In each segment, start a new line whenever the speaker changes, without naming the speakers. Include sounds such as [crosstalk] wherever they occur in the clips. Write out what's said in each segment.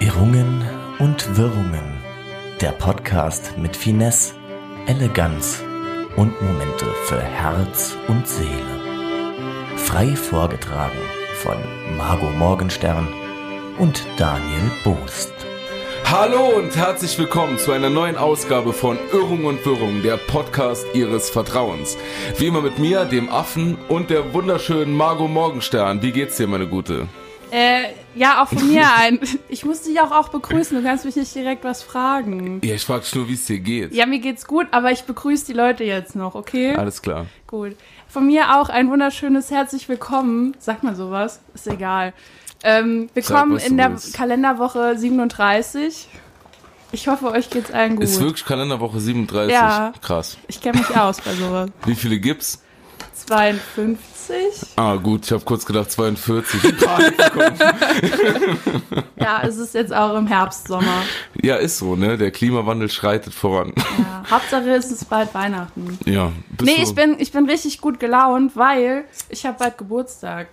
Irrungen und Wirrungen. Der Podcast mit Finesse, Eleganz und Momente für Herz und Seele. Frei vorgetragen von Margot Morgenstern und Daniel Boost.
Hallo und herzlich willkommen zu einer neuen Ausgabe von Irrung und Wirrung, der Podcast Ihres Vertrauens. Wie immer mit mir, dem Affen und der wunderschönen Margot Morgenstern. Wie geht's dir, meine Gute?
Äh, ja, auch von mir ein. [laughs] Ich muss dich auch, auch begrüßen. Du kannst mich nicht direkt was fragen.
Ja, ich frag dich nur, wie es dir geht.
Ja, mir geht's gut, aber ich begrüße die Leute jetzt noch, okay?
Alles klar.
Gut. Von mir auch ein wunderschönes herzlich willkommen. Sag mal sowas, ist egal. Ähm, willkommen
Sag, was
in
du
der
willst.
Kalenderwoche 37. Ich hoffe, euch geht's allen
Ist
gut.
wirklich Kalenderwoche 37.
Ja.
Krass.
Ich kenne mich aus bei sowas.
Wie viele gibt's?
52?
Ah, gut, ich habe kurz gedacht 42.
[laughs]
In Panik gekommen.
Ja, es ist jetzt auch im Herbst, Sommer.
ja, ist so, ne? Der Klimawandel schreitet voran. [laughs]
Ja. Hauptsache, es ist bald Weihnachten.
ja. Bist du-
Nee, ich bin, ich bin richtig gut gelaunt, weil ich habe bald Geburtstag.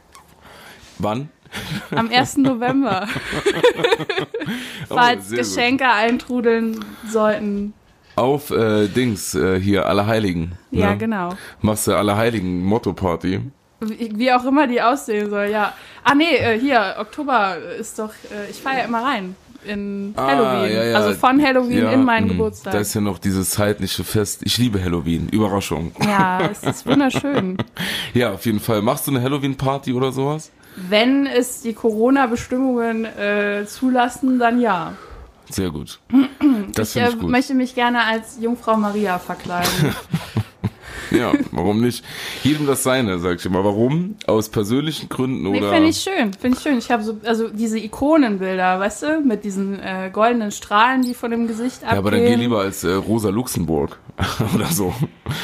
Wann? [laughs]
Am 1. November, falls
Oh, sehr gut.
Geschenke eintrudeln sollten.
Auf äh, Dings, äh, hier, Allerheiligen.
Ja,
ne?
genau.
Machst du Allerheiligen Motto-Party?
Wie, wie auch immer die aussehen soll, ja. Ah, nee, äh, hier, Oktober ist doch, äh, ich fahre ja immer rein in Halloween.
Ah, ja, ja.
Also von Halloween
Ja, hm,
in meinen
mh.
Geburtstag.
Da ist ja noch dieses heidnische Fest. Ich liebe Halloween. Überraschung.
ja, es
[laughs]
ist wunderschön.
Ja, auf jeden Fall. Machst du eine Halloween-Party oder sowas?
Wenn es die Corona-Bestimmungen äh, zulassen, dann ja.
Sehr gut.
[clears throat]
Das
Ich
finde
äh,
ich gut.
möchte mich gerne als Jungfrau Maria verkleiden.
Ja, warum nicht? Jedem das Seine, sag ich immer. Warum? Aus persönlichen Gründen
Nee,
oder?
finde ich schön, finde ich schön. Ich habe so, also diese Ikonenbilder, weißt du, mit diesen äh, goldenen Strahlen, die von dem Gesicht abgehen.
ja, aber dann geh lieber als äh, Rosa Luxemburg [laughs] oder so.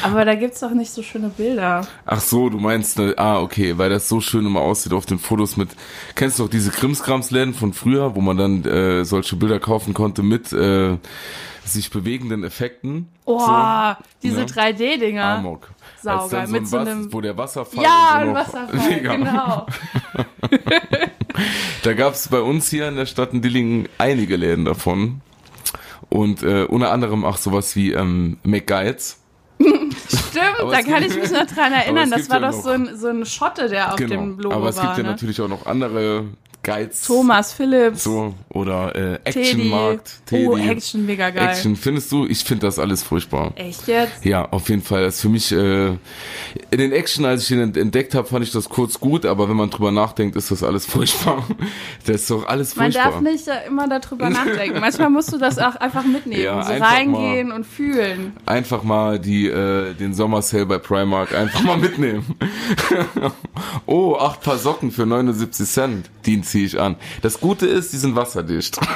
Aber da gibt's doch nicht so schöne Bilder.
Ach so, du meinst, ne, ah, okay, weil das so schön immer aussieht auf den Fotos mit, kennst du noch diese Krimskramsläden von früher, wo man dann äh, solche Bilder kaufen konnte mit äh, sich bewegenden Effekten?
Oh, diese
ne?
3D-Dinger.
Amok.
Saugeil,
Als dann so
mit
ein
so
Wasser-
einem-
wo der Wasserfall
Ja,
und so
ein
noch- [laughs]
Wasserfall,
Mega.
genau.
Da gab's bei uns hier in der Stadt in Dillingen einige Läden davon. Und äh, unter anderem auch sowas wie ähm, McGuides.
Stimmt,
Aber
da
es
kann
gibt-
ich mich noch dran erinnern.
es
Das
gibt
war
ja
doch
noch-
so ein, so ein Schotte, der auf dem
Genau.
Logo
Aber es
war.
gibt ja
ne?
natürlich auch noch andere Guides.
Thomas Phillips,
So, oder äh,
Teddy.
Actionmarkt, Teddy.
Oh, Action, mega geil.
Action, findest du? Ich finde das alles furchtbar.
Echt jetzt?
Ja, auf jeden Fall. Das ist für mich äh, in den Action, als ich ihn ent- entdeckt habe, fand ich das kurz gut, aber wenn man drüber nachdenkt, ist das alles [laughs] furchtbar. Das ist doch alles
Man
furchtbar.
darf nicht äh,
[laughs]
immer darüber nachdenken. Manchmal musst du das auch einfach mitnehmen,
Ja,
so
einfach mal.
reingehen und fühlen.
Einfach mal die, äh, den Sommersale bei Primark einfach mal [laughs] mitnehmen. oh, acht Paar Socken für 79 Cent. Den ziehe ich an. Das Gute ist, die sind wasserdicht. [laughs]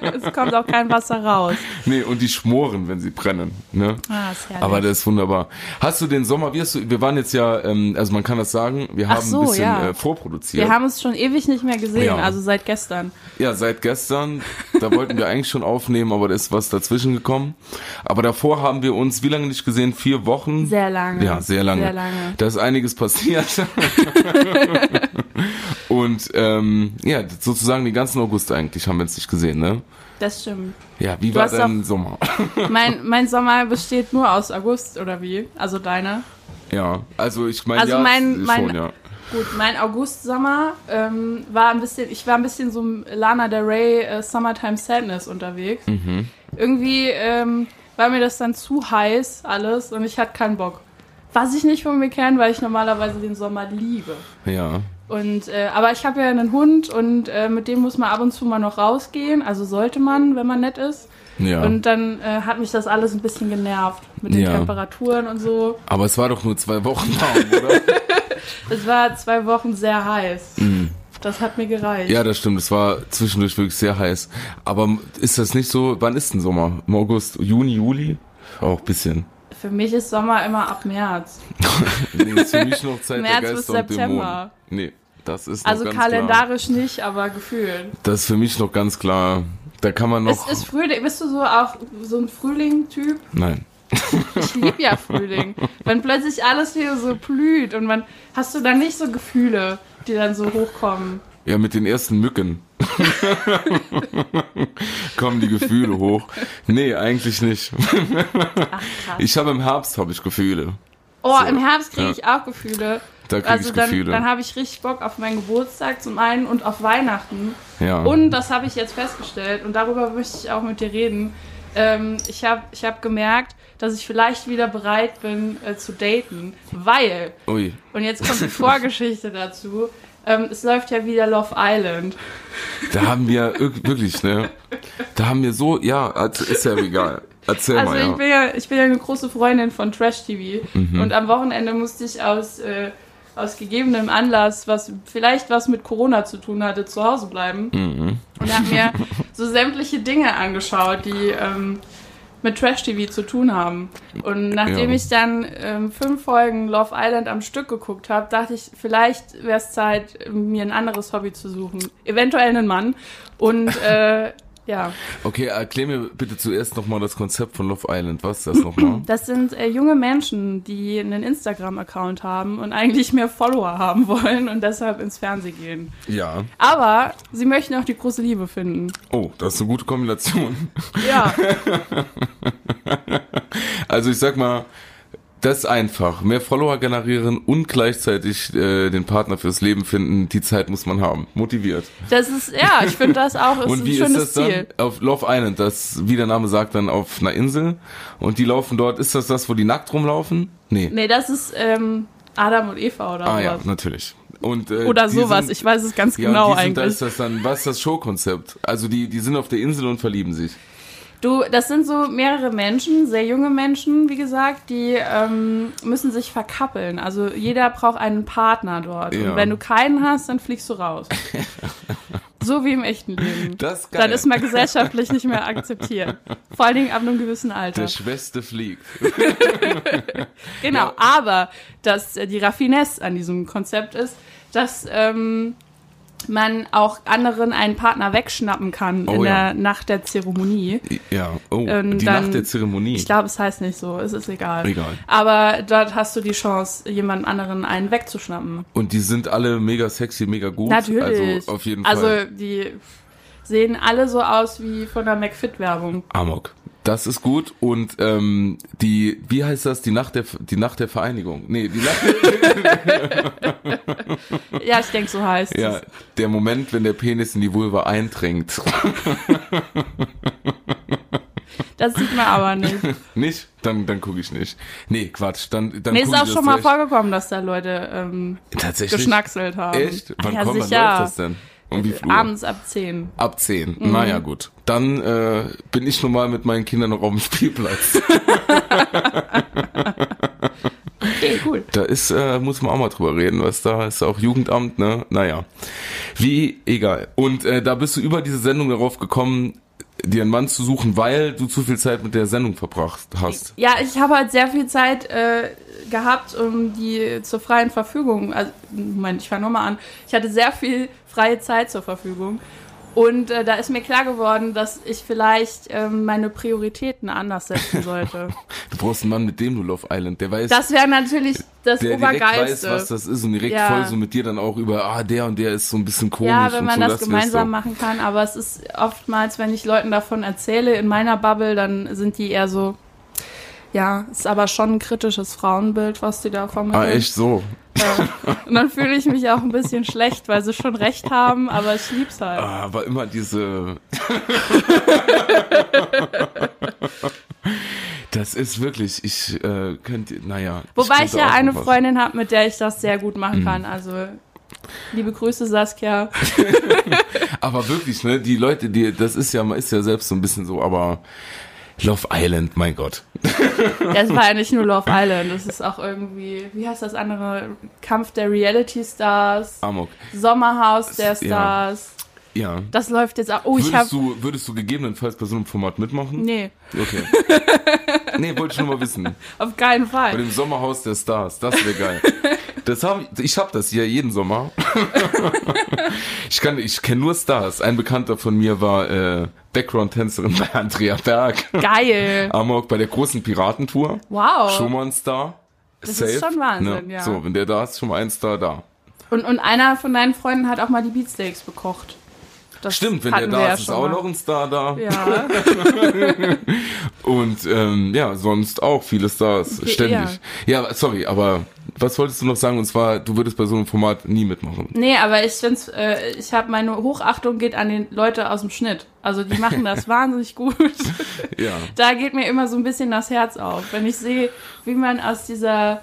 Es kommt auch kein Wasser raus.
nee, und die schmoren, wenn sie brennen. Ne?
Ah, ist herrlich.
Aber das ist wunderbar. Hast du den Sommer, wie hast du, wir waren jetzt ja, ähm, also man kann das sagen, wir
Ach
haben
so,
ein bisschen
ja.
äh, vorproduziert.
wir haben es schon ewig nicht mehr gesehen,
Ja.
also seit gestern.
Ja, seit gestern. Da wollten
[laughs]
wir eigentlich schon aufnehmen, aber da ist was dazwischen gekommen. Aber davor haben wir uns, wie lange nicht gesehen? Vier Wochen?
Sehr lange.
Ja, sehr lange.
Sehr lange.
Da ist einiges
[laughs]
passiert. Und ähm, ja, sozusagen den ganzen August eigentlich haben wir uns nicht gesehen, ne?
Das stimmt.
Ja, wie
Du
war
hast
dein Sommer? [laughs]
Mein, mein Sommer besteht nur aus August, oder wie? Also deiner.
ja, also ich meine,
Also
ja,
mein-
schon,
mein-
ja.
Gut, mein August-Sommer ähm, war ein bisschen, ich war ein bisschen so im Lana Del Rey äh, Summertime Sadness unterwegs.
Mhm.
Irgendwie ähm, war mir das dann zu heiß alles und ich hatte keinen Bock. Was ich nicht von mir kenne, weil ich normalerweise den Sommer liebe.
Ja.
Und äh, aber ich habe ja einen Hund und äh, mit dem muss man ab und zu mal noch rausgehen. Also sollte man, wenn man nett ist.
Ja.
Und dann äh, hat mich das alles ein bisschen genervt mit den
Ja.
Temperaturen und so.
aber es war doch nur zwei Wochen [laughs] warm, oder?
Es war zwei Wochen sehr heiß. Das hat mir gereicht.
Mhm. ja, das stimmt. Es war zwischendurch wirklich sehr heiß. Aber ist das nicht so? Wann ist denn Sommer? Im August, Juni, Juli? Auch ein bisschen.
Für mich ist Sommer immer ab März.
Oh, Nee, ist für mich noch Zeit
März
der
bis
Geister und Dämonen.
September.
Nee, das ist noch
Also
ganz klar.
kalendarisch nicht, aber gefühlt.
Das ist für mich noch ganz klar. Da kann man noch.
Ist, ist Frühling, bist du so auch so ein Frühling-Typ?
Nein.
Ich liebe ja Frühling. Wenn plötzlich alles hier so blüht und man hast du dann nicht so Gefühle, die dann so hochkommen.
Ja, mit den ersten
[laughs]
Mücken kommen die Gefühle hoch. Nee, eigentlich nicht. ich habe im Herbst habe ich Gefühle.
Oh,
So,
im Herbst kriege
ja.
ich auch Gefühle.
Da krieg
also
ich
dann,
Gefühle.
dann habe ich richtig Bock auf meinen Geburtstag zum einen und auf Weihnachten.
Ja.
Und das habe ich jetzt festgestellt und darüber möchte ich auch mit dir reden. Ähm, ich habe ich hab gemerkt, dass ich vielleicht wieder bereit bin äh, zu daten, weil,
Ui.
und jetzt
[laughs]
kommt die Vorgeschichte dazu, ähm, es läuft ja wieder Love Island.
Da haben wir irg- wirklich, ne? Da haben wir so, ja, also ist ja egal. Erzähl
Also
mal, ja. Mhm.
ich bin ja, ich bin ja eine große Freundin von Trash TV und am Wochenende musste ich aus, äh, aus gegebenem Anlass, was vielleicht was mit Corona zu tun hatte, zu Hause bleiben
Mhm.
und habe
[laughs]
mir so sämtliche Dinge angeschaut, die ähm, mit Trash TV zu tun haben. Und nachdem
Ja.
ich dann ähm, fünf Folgen Love Island am Stück geguckt habe, dachte ich, vielleicht wäre es Zeit, mir ein anderes Hobby zu suchen, eventuell einen Mann und äh, ja.
Okay, erklär mir bitte zuerst nochmal das Konzept von Love Island. Was ist das nochmal?
Das sind äh, junge Menschen, die einen Instagram-Account haben und eigentlich mehr Follower haben [laughs] wollen und deshalb ins Fernsehen gehen.
ja.
Aber sie möchten auch die große Liebe finden.
Oh, das ist eine gute Kombination. [laughs]
Ja,
Also ich sag mal, das ist einfach. Mehr Follower generieren und gleichzeitig äh, den Partner fürs Leben finden. Die Zeit muss man haben. Motiviert.
das ist, ja, ich finde das auch ist
und
ein
wie ist
schönes
das dann?
Ziel.
Auf Love Island, das, wie der Name sagt, dann auf einer Insel. Und die laufen dort. Ist das das, wo die nackt rumlaufen? Nee.
Nee, das ist ähm, Adam und Eva oder
ah ja,
sowas.
natürlich. Und, äh,
Oder
die
sowas,
sind-
ich weiß es ganz
Ja,
genau
und die sind, da
eigentlich.
ist das dann, was ist das Showkonzept? Also die, die sind auf der Insel und verlieben sich.
Du, das sind so mehrere Menschen, sehr junge Menschen, wie gesagt, die ähm, müssen sich verkappeln. Also jeder braucht einen Partner dort.
Ja.
Und wenn du keinen hast, dann fliegst
[laughs]
du raus. so wie im echten Leben.
Das ist geil.
dann ist man gesellschaftlich nicht mehr akzeptiert. Vor allen Dingen ab einem gewissen Alter.
Der Schwester fliegt.
Genau, aber dass äh, die Raffinesse an diesem Konzept ist, dass ähm, man auch anderen einen Partner wegschnappen kann
Oh
in
ja.
der Nacht der Zeremonie.
Ja, oh,
Und
die
dann-
Nacht der Zeremonie.
Ich glaube, es heißt nicht so, es ist egal.
Hm. Egal.
Aber dort hast du die Chance, jemand anderen einen wegzuschnappen.
und die sind alle mega sexy, mega gut.
Natürlich.
Also auf jeden
also,
Fall.
die sehen alle so aus wie von der McFit-Werbung.
Amok. Das ist gut und ähm, die, wie heißt das? Die Nacht der, die Nacht der Vereinigung. Nee, die
[laughs]
Nacht
Ja, ich denke, so heißt
ja,
es.
der Moment, wenn der Penis in die Vulva eindringt. [laughs]
Das sieht
[laughs]
man aber nicht.
nicht? Dann, dann gucke ich nicht. Nee, Quatsch. Dann, dann
Mir
guck
ist
ich
auch
das
schon mal
gleich.
vorgekommen, dass da Leute ähm,
Tatsächlich.
geschnackselt haben.
Echt? Wann
ja,
kommt, wann
sicher.
läuft das denn? Um wie viel Uhr?
Abends Mhm. ab 10.
Ab 10. Naja, gut. Dann äh, bin ich normal mit meinen Kindern noch auf dem
[laughs]
Spielplatz.
Okay, cool.
da ist, äh, muss man auch mal drüber reden, was da ist auch Jugendamt, ne? Naja. Wie, egal. Und äh, da bist du über diese Sendung darauf gekommen, dir einen Mann zu suchen, weil du zu viel Zeit mit der Sendung verbracht hast.
Ja, ich habe halt sehr viel Zeit äh, gehabt, um die zur freien Verfügung. Also, Moment, ich fange nochmal an. Ich hatte sehr viel freie Zeit zur Verfügung. Und äh, da ist mir klar geworden, dass ich vielleicht ähm, meine Prioritäten anders
[laughs]
setzen sollte.
Du brauchst einen Mann, mit dem du Love Island, der weiß,
Das wäre natürlich das
der direkt weiß,
Obergeilste.
was das ist und direkt
Ja.
voll so mit dir dann auch über, ah, der und der ist so ein bisschen komisch
ja, wenn
und
man
so,
das
das
gemeinsam
macht.
machen kann. Aber es ist oftmals, wenn ich Leuten davon erzähle, in meiner Bubble, dann sind die eher so, ja, ist aber schon ein kritisches Frauenbild, was die da vermitteln.
Ah, echt so.
Und dann fühle ich mich auch ein bisschen schlecht, weil sie schon recht haben, aber ich lieb's halt.
Ah, Aber immer diese. [laughs] das ist wirklich, ich äh, könnte, naja.
Wobei
könnte
ich ja
auch
eine
noch was. Mhm.
Freundin habe, mit der ich das sehr gut machen kann. Also liebe Grüße, Saskia.
Aber wirklich, ne, die Leute, die, das ist ja, man ist ja selbst so ein bisschen so, aber Love Island, mein Gott.
Das war ja nicht nur Love Island, das ist auch irgendwie, wie heißt das andere? Kampf der Reality Stars,
Amok.
Sommerhaus der
Es- Ah. ja.
Stars.
Ja.
Das läuft jetzt auch. Oh, ich
Würdest
habe.
du, würdest du gegebenenfalls bei so einem Format mitmachen?
Nee, [laughs]
Okay. nee, wollte ich nur mal wissen.
auf keinen
Bei
Fall.
dem Sommerhaus der Stars, das wäre
[laughs]
geil. Das hab, ich- ich hab das hier jeden Sommer. Ich, kann- ich kenne nur Stars. Ein Bekannter von mir war äh, Background-Tänzerin bei Andrea Berg.
Geil.
Amok bei der großen Piratentour. Ne?
Wow.
Ah. Schon mal ein Star. Das
Oh. ist schon Wahnsinn, ja.
So, wenn der da ist, schon mal ein Star da.
Und, und einer von deinen Freunden hat auch mal die Beatsteaks bekocht. Das
Stimmt, wenn der
hatten wir
da
ja
ist, ist
schon
auch
mal.
noch ein Star da.
Ja,
Und ähm, ja, sonst auch viele Stars,
Okay,
ständig. Ja. sorry, aber was wolltest du noch sagen? Und zwar, du würdest bei so einem Format nie mitmachen.
[laughs] nee, aber ich find's, äh, ich habe meine Hochachtung geht an den Leute aus dem Schnitt. Also die machen das wahnsinnig gut.
Ja.
da geht mir immer so ein bisschen das Herz auf, wenn ich sehe, wie man aus dieser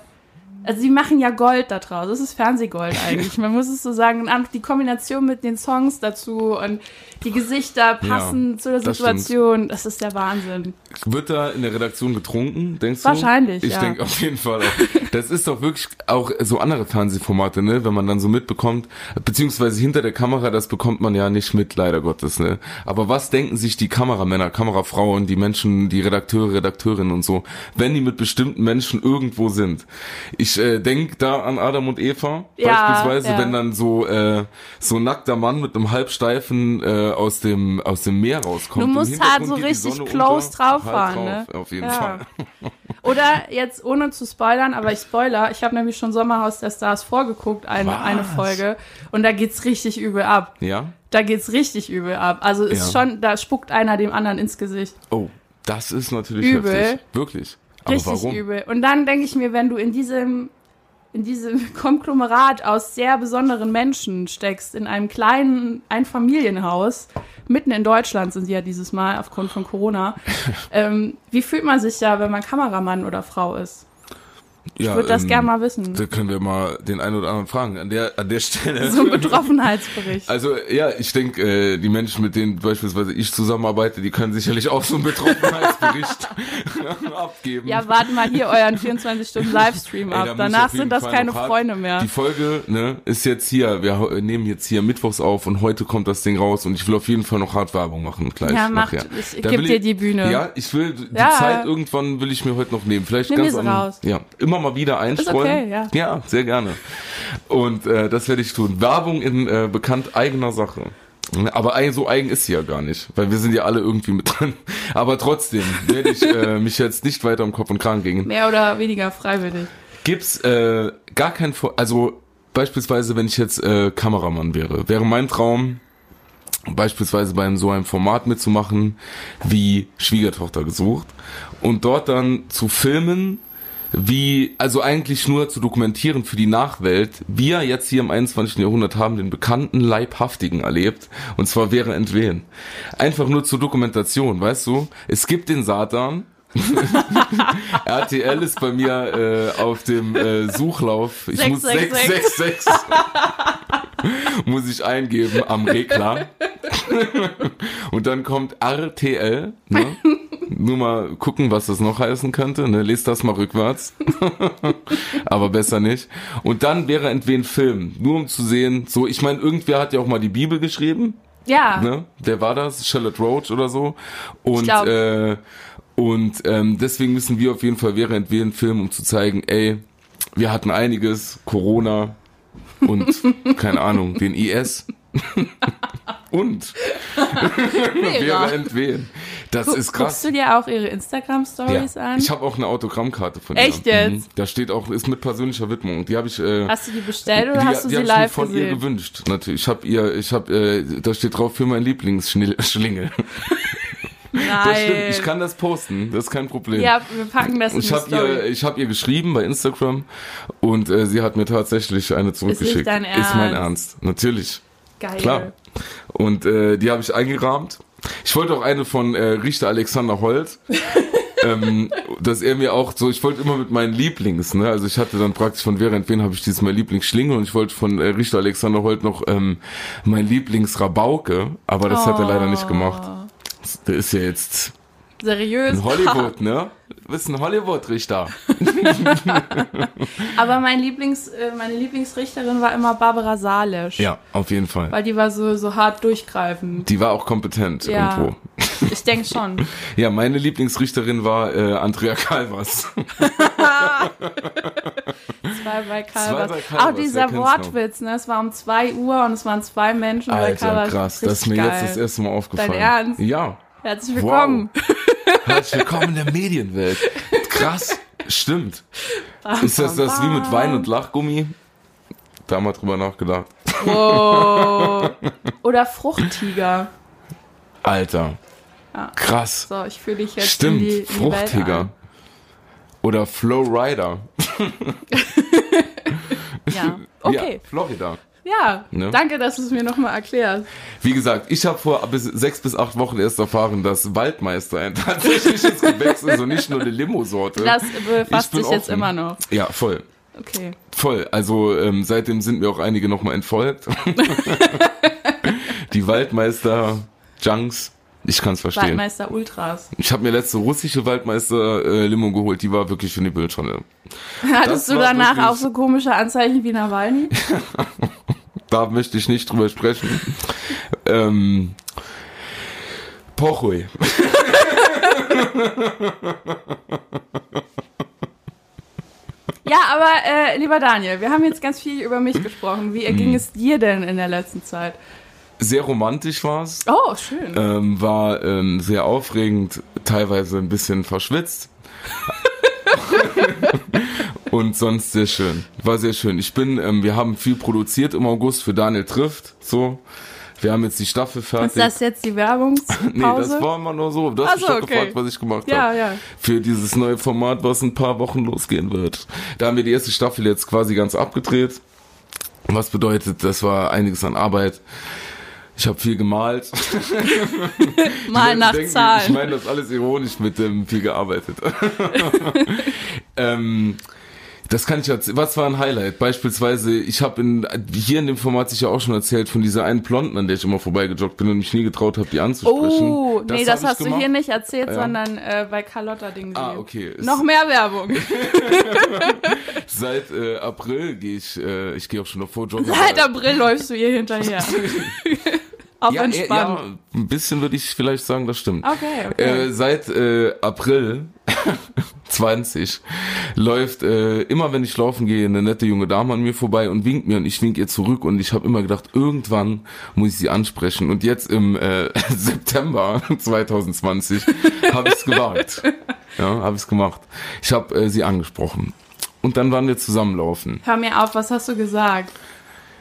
also sie machen ja Gold da draus. Das ist Fernsehgold eigentlich. Man muss es so sagen. Und auch die Kombination mit den Songs dazu und die Gesichter passen zu der
das
Situation. Das ist der Wahnsinn.
Wird da in der Redaktion getrunken, denkst du?
Wahrscheinlich,
Ich
ja.
denke auf jeden Fall.
[laughs]
auch. Das ist doch wirklich auch so andere Fernsehformate, ne? Wenn man dann so mitbekommt, beziehungsweise hinter der Kamera, das bekommt man ja nicht mit, leider Gottes, ne? Aber was denken sich die Kameramänner, Kamerafrauen, die Menschen, die Redakteure, Redakteurinnen und so, wenn die mit bestimmten Menschen irgendwo sind? Ich äh, denk da an Adam und Eva,
Ja,
beispielsweise,
ja.
wenn dann so äh, so ein nackter Mann mit einem halbsteifen äh, aus dem aus dem Meer rauskommt.
Du
Im
musst
Hintergrund
halt so
geht die
richtig
Sonne
close
unter.
drauf
Halt
fahren,
drauf,
ne?
Auf jeden
Ja.
Fall.
[laughs] Oder jetzt ohne zu spoilern, aber ich spoiler, ich habe nämlich schon Sommerhaus der Stars vorgeguckt, eine,
Was?
eine Folge. Und da geht's richtig übel ab.
Ja?
Da geht's richtig übel ab. Also ist
Ja.
schon, da spuckt einer dem anderen ins Gesicht.
Oh, das ist natürlich
Übel.
heftig. Wirklich. Aber
richtig
warum?
übel. Und dann denke ich mir, wenn du in diesem, in diesem [laughs] Konglomerat aus sehr besonderen Menschen steckst, in einem kleinen Einfamilienhaus, mitten in Deutschland sind die ja dieses Mal aufgrund
[laughs]
von Corona, ähm, wie fühlt man sich ja, wenn man Kameramann oder Frau
[laughs]
ist?
Ja,
Ich würde das
ähm,
gerne mal wissen. ne?
Da können wir mal den einen oder anderen fragen. An der, an der Stelle.
So ein Betroffenheitsbericht.
[laughs] Also ja, ich denke, äh, die Menschen, mit denen beispielsweise ich zusammenarbeite, die können sicherlich auch so einen
[laughs]
Betroffenheitsbericht [laughs] abgeben.
Ja, warte mal hier
[laughs]
euren
Ey,
24-Stunden-Livestream
da
ab.
muss ich
Danach
auf jeden
sind das
Fall
keine
noch hart-
Freunde mehr.
Die Folge ne, ist jetzt hier. Wir hau- nehmen jetzt hier mittwochs auf und heute kommt das Ding raus und ich will auf jeden Fall noch hart Werbung machen gleich.
Ja, mach,
nachher.
ich
Da
geb
will
dir die Bühne.
Ja, ich will die
Ja.
Zeit irgendwann will ich mir heute noch nehmen. Vielleicht
Nimm
ganz
mir sie
am-
raus.
Ja, immer mal wieder einstreuen.
okay, ja.
ja, sehr gerne. Und äh, das werde ich tun. Werbung in äh, bekannt eigener Sache. Ne, Aber ei- so eigen ist sie ja gar nicht, weil wir sind ja alle irgendwie mit dran. [laughs] Aber trotzdem werde ich äh, mich jetzt nicht weiter im Kopf und Kragen gehen
Mehr oder weniger freiwillig.
gibt's äh, gar kein Vor also beispielsweise wenn ich jetzt äh, Kameramann wäre wäre mein Traum beispielsweise bei einem, so einem Format mitzumachen wie Schwiegertochter gesucht und dort dann zu filmen wie, also eigentlich nur zu dokumentieren für die Nachwelt, wir jetzt hier im 21. Jahrhundert haben den bekannten Leibhaftigen erlebt, und zwar wäre entwehen. Einfach nur zur Dokumentation, weißt du? Es gibt den Satan, [laughs] RTL ist bei mir äh, auf dem äh, Suchlauf. Ich
Sechs,
muss
sechs,
666 [laughs] muss ich eingeben am Regler. Und dann kommt RTL.
[laughs]
Ne? Nur mal gucken, was das noch heißen könnte. Ne? Lest das mal rückwärts. [laughs] Aber besser nicht. Und dann wäre entweder ein Film, nur um zu sehen, so, ich meine, irgendwer hat ja auch mal die Bibel geschrieben,
Ja,
ne? Der war das, Charlotte Roach oder so. Und
glaub.
äh, und ähm, deswegen müssen wir auf jeden Fall wäre entweder ein Film, um zu zeigen, ey, wir hatten einiges, Corona
[laughs]
und keine Ahnung, den IS. und wäre entwehen. Das ist krass.
Genau. Guckst du dir auch ihre Instagram-Stories an?
Ich habe auch eine Autogrammkarte von
Echt
ihr.
jetzt?
Mhm. Da steht auch, ist mit persönlicher Widmung. Die habe ich. Äh,
Hast du die bestellt oder
die,
hast du
die
sie
hab ich mir
live
von ihr
gesehen?
gewünscht, natürlich. Ich habe ihr, ich habe, äh, da steht drauf für mein [laughs] Lieblingsschlingel. Das stimmt,
Nein.
ich kann das posten, das ist kein Problem.
ja, wir packen das in die
ich habe
Story.
ihr, äh, ich hab ihr geschrieben bei Instagram und äh, sie hat mir tatsächlich eine zurückgeschickt.
dein
Ist mein
Ernst?
Ernst, natürlich,
Geil.
klar. Und äh, die habe ich eingerahmt. Ich wollte auch eine von äh, Richter Alexander Holt. ähm, dass er mir auch so, ich wollte immer mit meinen Lieblings, ne? Also ich hatte dann praktisch von Vera Entwen habe ich diesmal Lieblingsschlinge und ich wollte von äh, Richter Alexander Holt noch ähm, mein Lieblingsrabauke, aber das hat er leider nicht gemacht. Der ist ja jetzt
Seriös.
in
[laughs]
Hollywood, ne? Du bist ein Hollywood-Richter.
Aber mein Lieblings, äh, meine Lieblingsrichterin war immer Barbara Salisch.
Ja, auf jeden Fall.
Weil die war so, so hart durchgreifend.
Die war auch kompetent
Ja.
irgendwo.
[laughs] Ich denke schon.
Ja, meine Lieblingsrichterin war äh, Andrea Calvas.
Zwei
Zwei
bei Calvas.
bei Calvas,
Auch dieser
wer kennt's noch?
Wortwitz, ne? Es war um zwei Uhr und es waren zwei Menschen bei
Alter,
Calvas.
Also, krass. Das ist mir
Richtig
jetzt das
geil.
erste Mal aufgefallen.
Dein Ernst?
Ja.
Herzlich willkommen.
Herzlich willkommen in der Medienwelt. Krass. Stimmt. Ist das das wie mit Wein und Lachgummi? da mal drüber nachgedacht.
Wow.
[laughs]
Oder Fruchttiger.
Alter.
Ja.
Krass.
So, ich fühle dich jetzt
Stimmt,
in die, in die Welt
Fruchtiger.
ein.
Oder Flowrider.
Ja, okay.
[laughs] Ja, Florida.
Ja,
Ne?
danke, dass du es mir nochmal erklärst.
Wie gesagt, ich habe vor bis, sechs bis acht Wochen erst erfahren, dass Waldmeister ein [laughs] tatsächliches Gewächs ist und nicht nur eine Limo-Sorte.
Das
Ich
befasst
bin
dich jetzt
offen.
immer noch.
ja, voll.
Okay.
Voll. Also ähm, seitdem sind mir auch einige nochmal entfolgt. Die Waldmeister-Junks. Ich kann es verstehen.
Waldmeister Ultras.
Ich habe mir letzte russische Waldmeister-Limo geholt. Die war wirklich in die Bildschirme.
Hattest du
war wirklich-
danach auch so komische Anzeichen
[laughs]
wie Nawalny?
Da möchte ich nicht drüber sprechen. ähm, Pochui.
Ja, aber äh, lieber Daniel, wir haben jetzt ganz viel über
Hm?
mich gesprochen. Wie ging es dir denn in der letzten Zeit?
Sehr romantisch war's.
Oh, schön.
ähm, war ähm, sehr aufregend, teilweise ein bisschen verschwitzt. Und sonst sehr schön. War sehr schön. Ich bin, ähm, wir haben viel produziert im August für Daniel trifft. So. Wir haben jetzt die Staffel fertig.
Ist das jetzt die Werbungspause?
[laughs] nee, das war immer nur so. Du hast
Ach
mich
so,
doch
okay.
gefragt, was ich gemacht
Ja,
habe.
ja.
Für dieses neue Format, was in ein paar Wochen losgehen wird. Da haben wir die erste Staffel jetzt quasi ganz abgedreht. Was bedeutet, das war einiges an Arbeit. Ich habe viel gemalt.
Mal
Leute
nach
denken, Ich
Zahlen.
meine das alles ironisch mit dem viel
[laughs]
gearbeitet. ähm, das kann ich jetzt. Was war ein Highlight? Beispielsweise, ich habe in hier in dem Format sich ja auch schon erzählt von dieser einen Blonden, an der ich immer vorbeigejoggt bin und mich nie getraut habe, die anzusprechen.
Oh, nee,
hab
das,
ich
hast du
gemacht.
hier nicht erzählt, sondern äh, bei Carlotta Ding.
Ah, okay. Es-
Noch
[laughs]
mehr Werbung.
Seit äh, April gehe ich, äh, ich gehe auch schon noch vor Joggen.
Seit April läufst du ihr
[laughs]
hinterher. Auf
ja, äh,
entspannt.
ja, ein bisschen würde ich vielleicht sagen, das stimmt.
Okay, okay.
Äh, seit äh, April [laughs] 20 läuft äh, immer, wenn ich laufen gehe, eine nette junge Dame an mir vorbei und winkt mir und ich wink ihr zurück und ich habe immer gedacht, irgendwann muss ich sie ansprechen und jetzt im äh, [laughs] September [laughs] 2020 habe ich es gewagt. Ja, habe ich es gemacht. Ich habe äh, sie angesprochen. Und dann waren wir zusammenlaufen.
Hör mir auf, was hast du gesagt?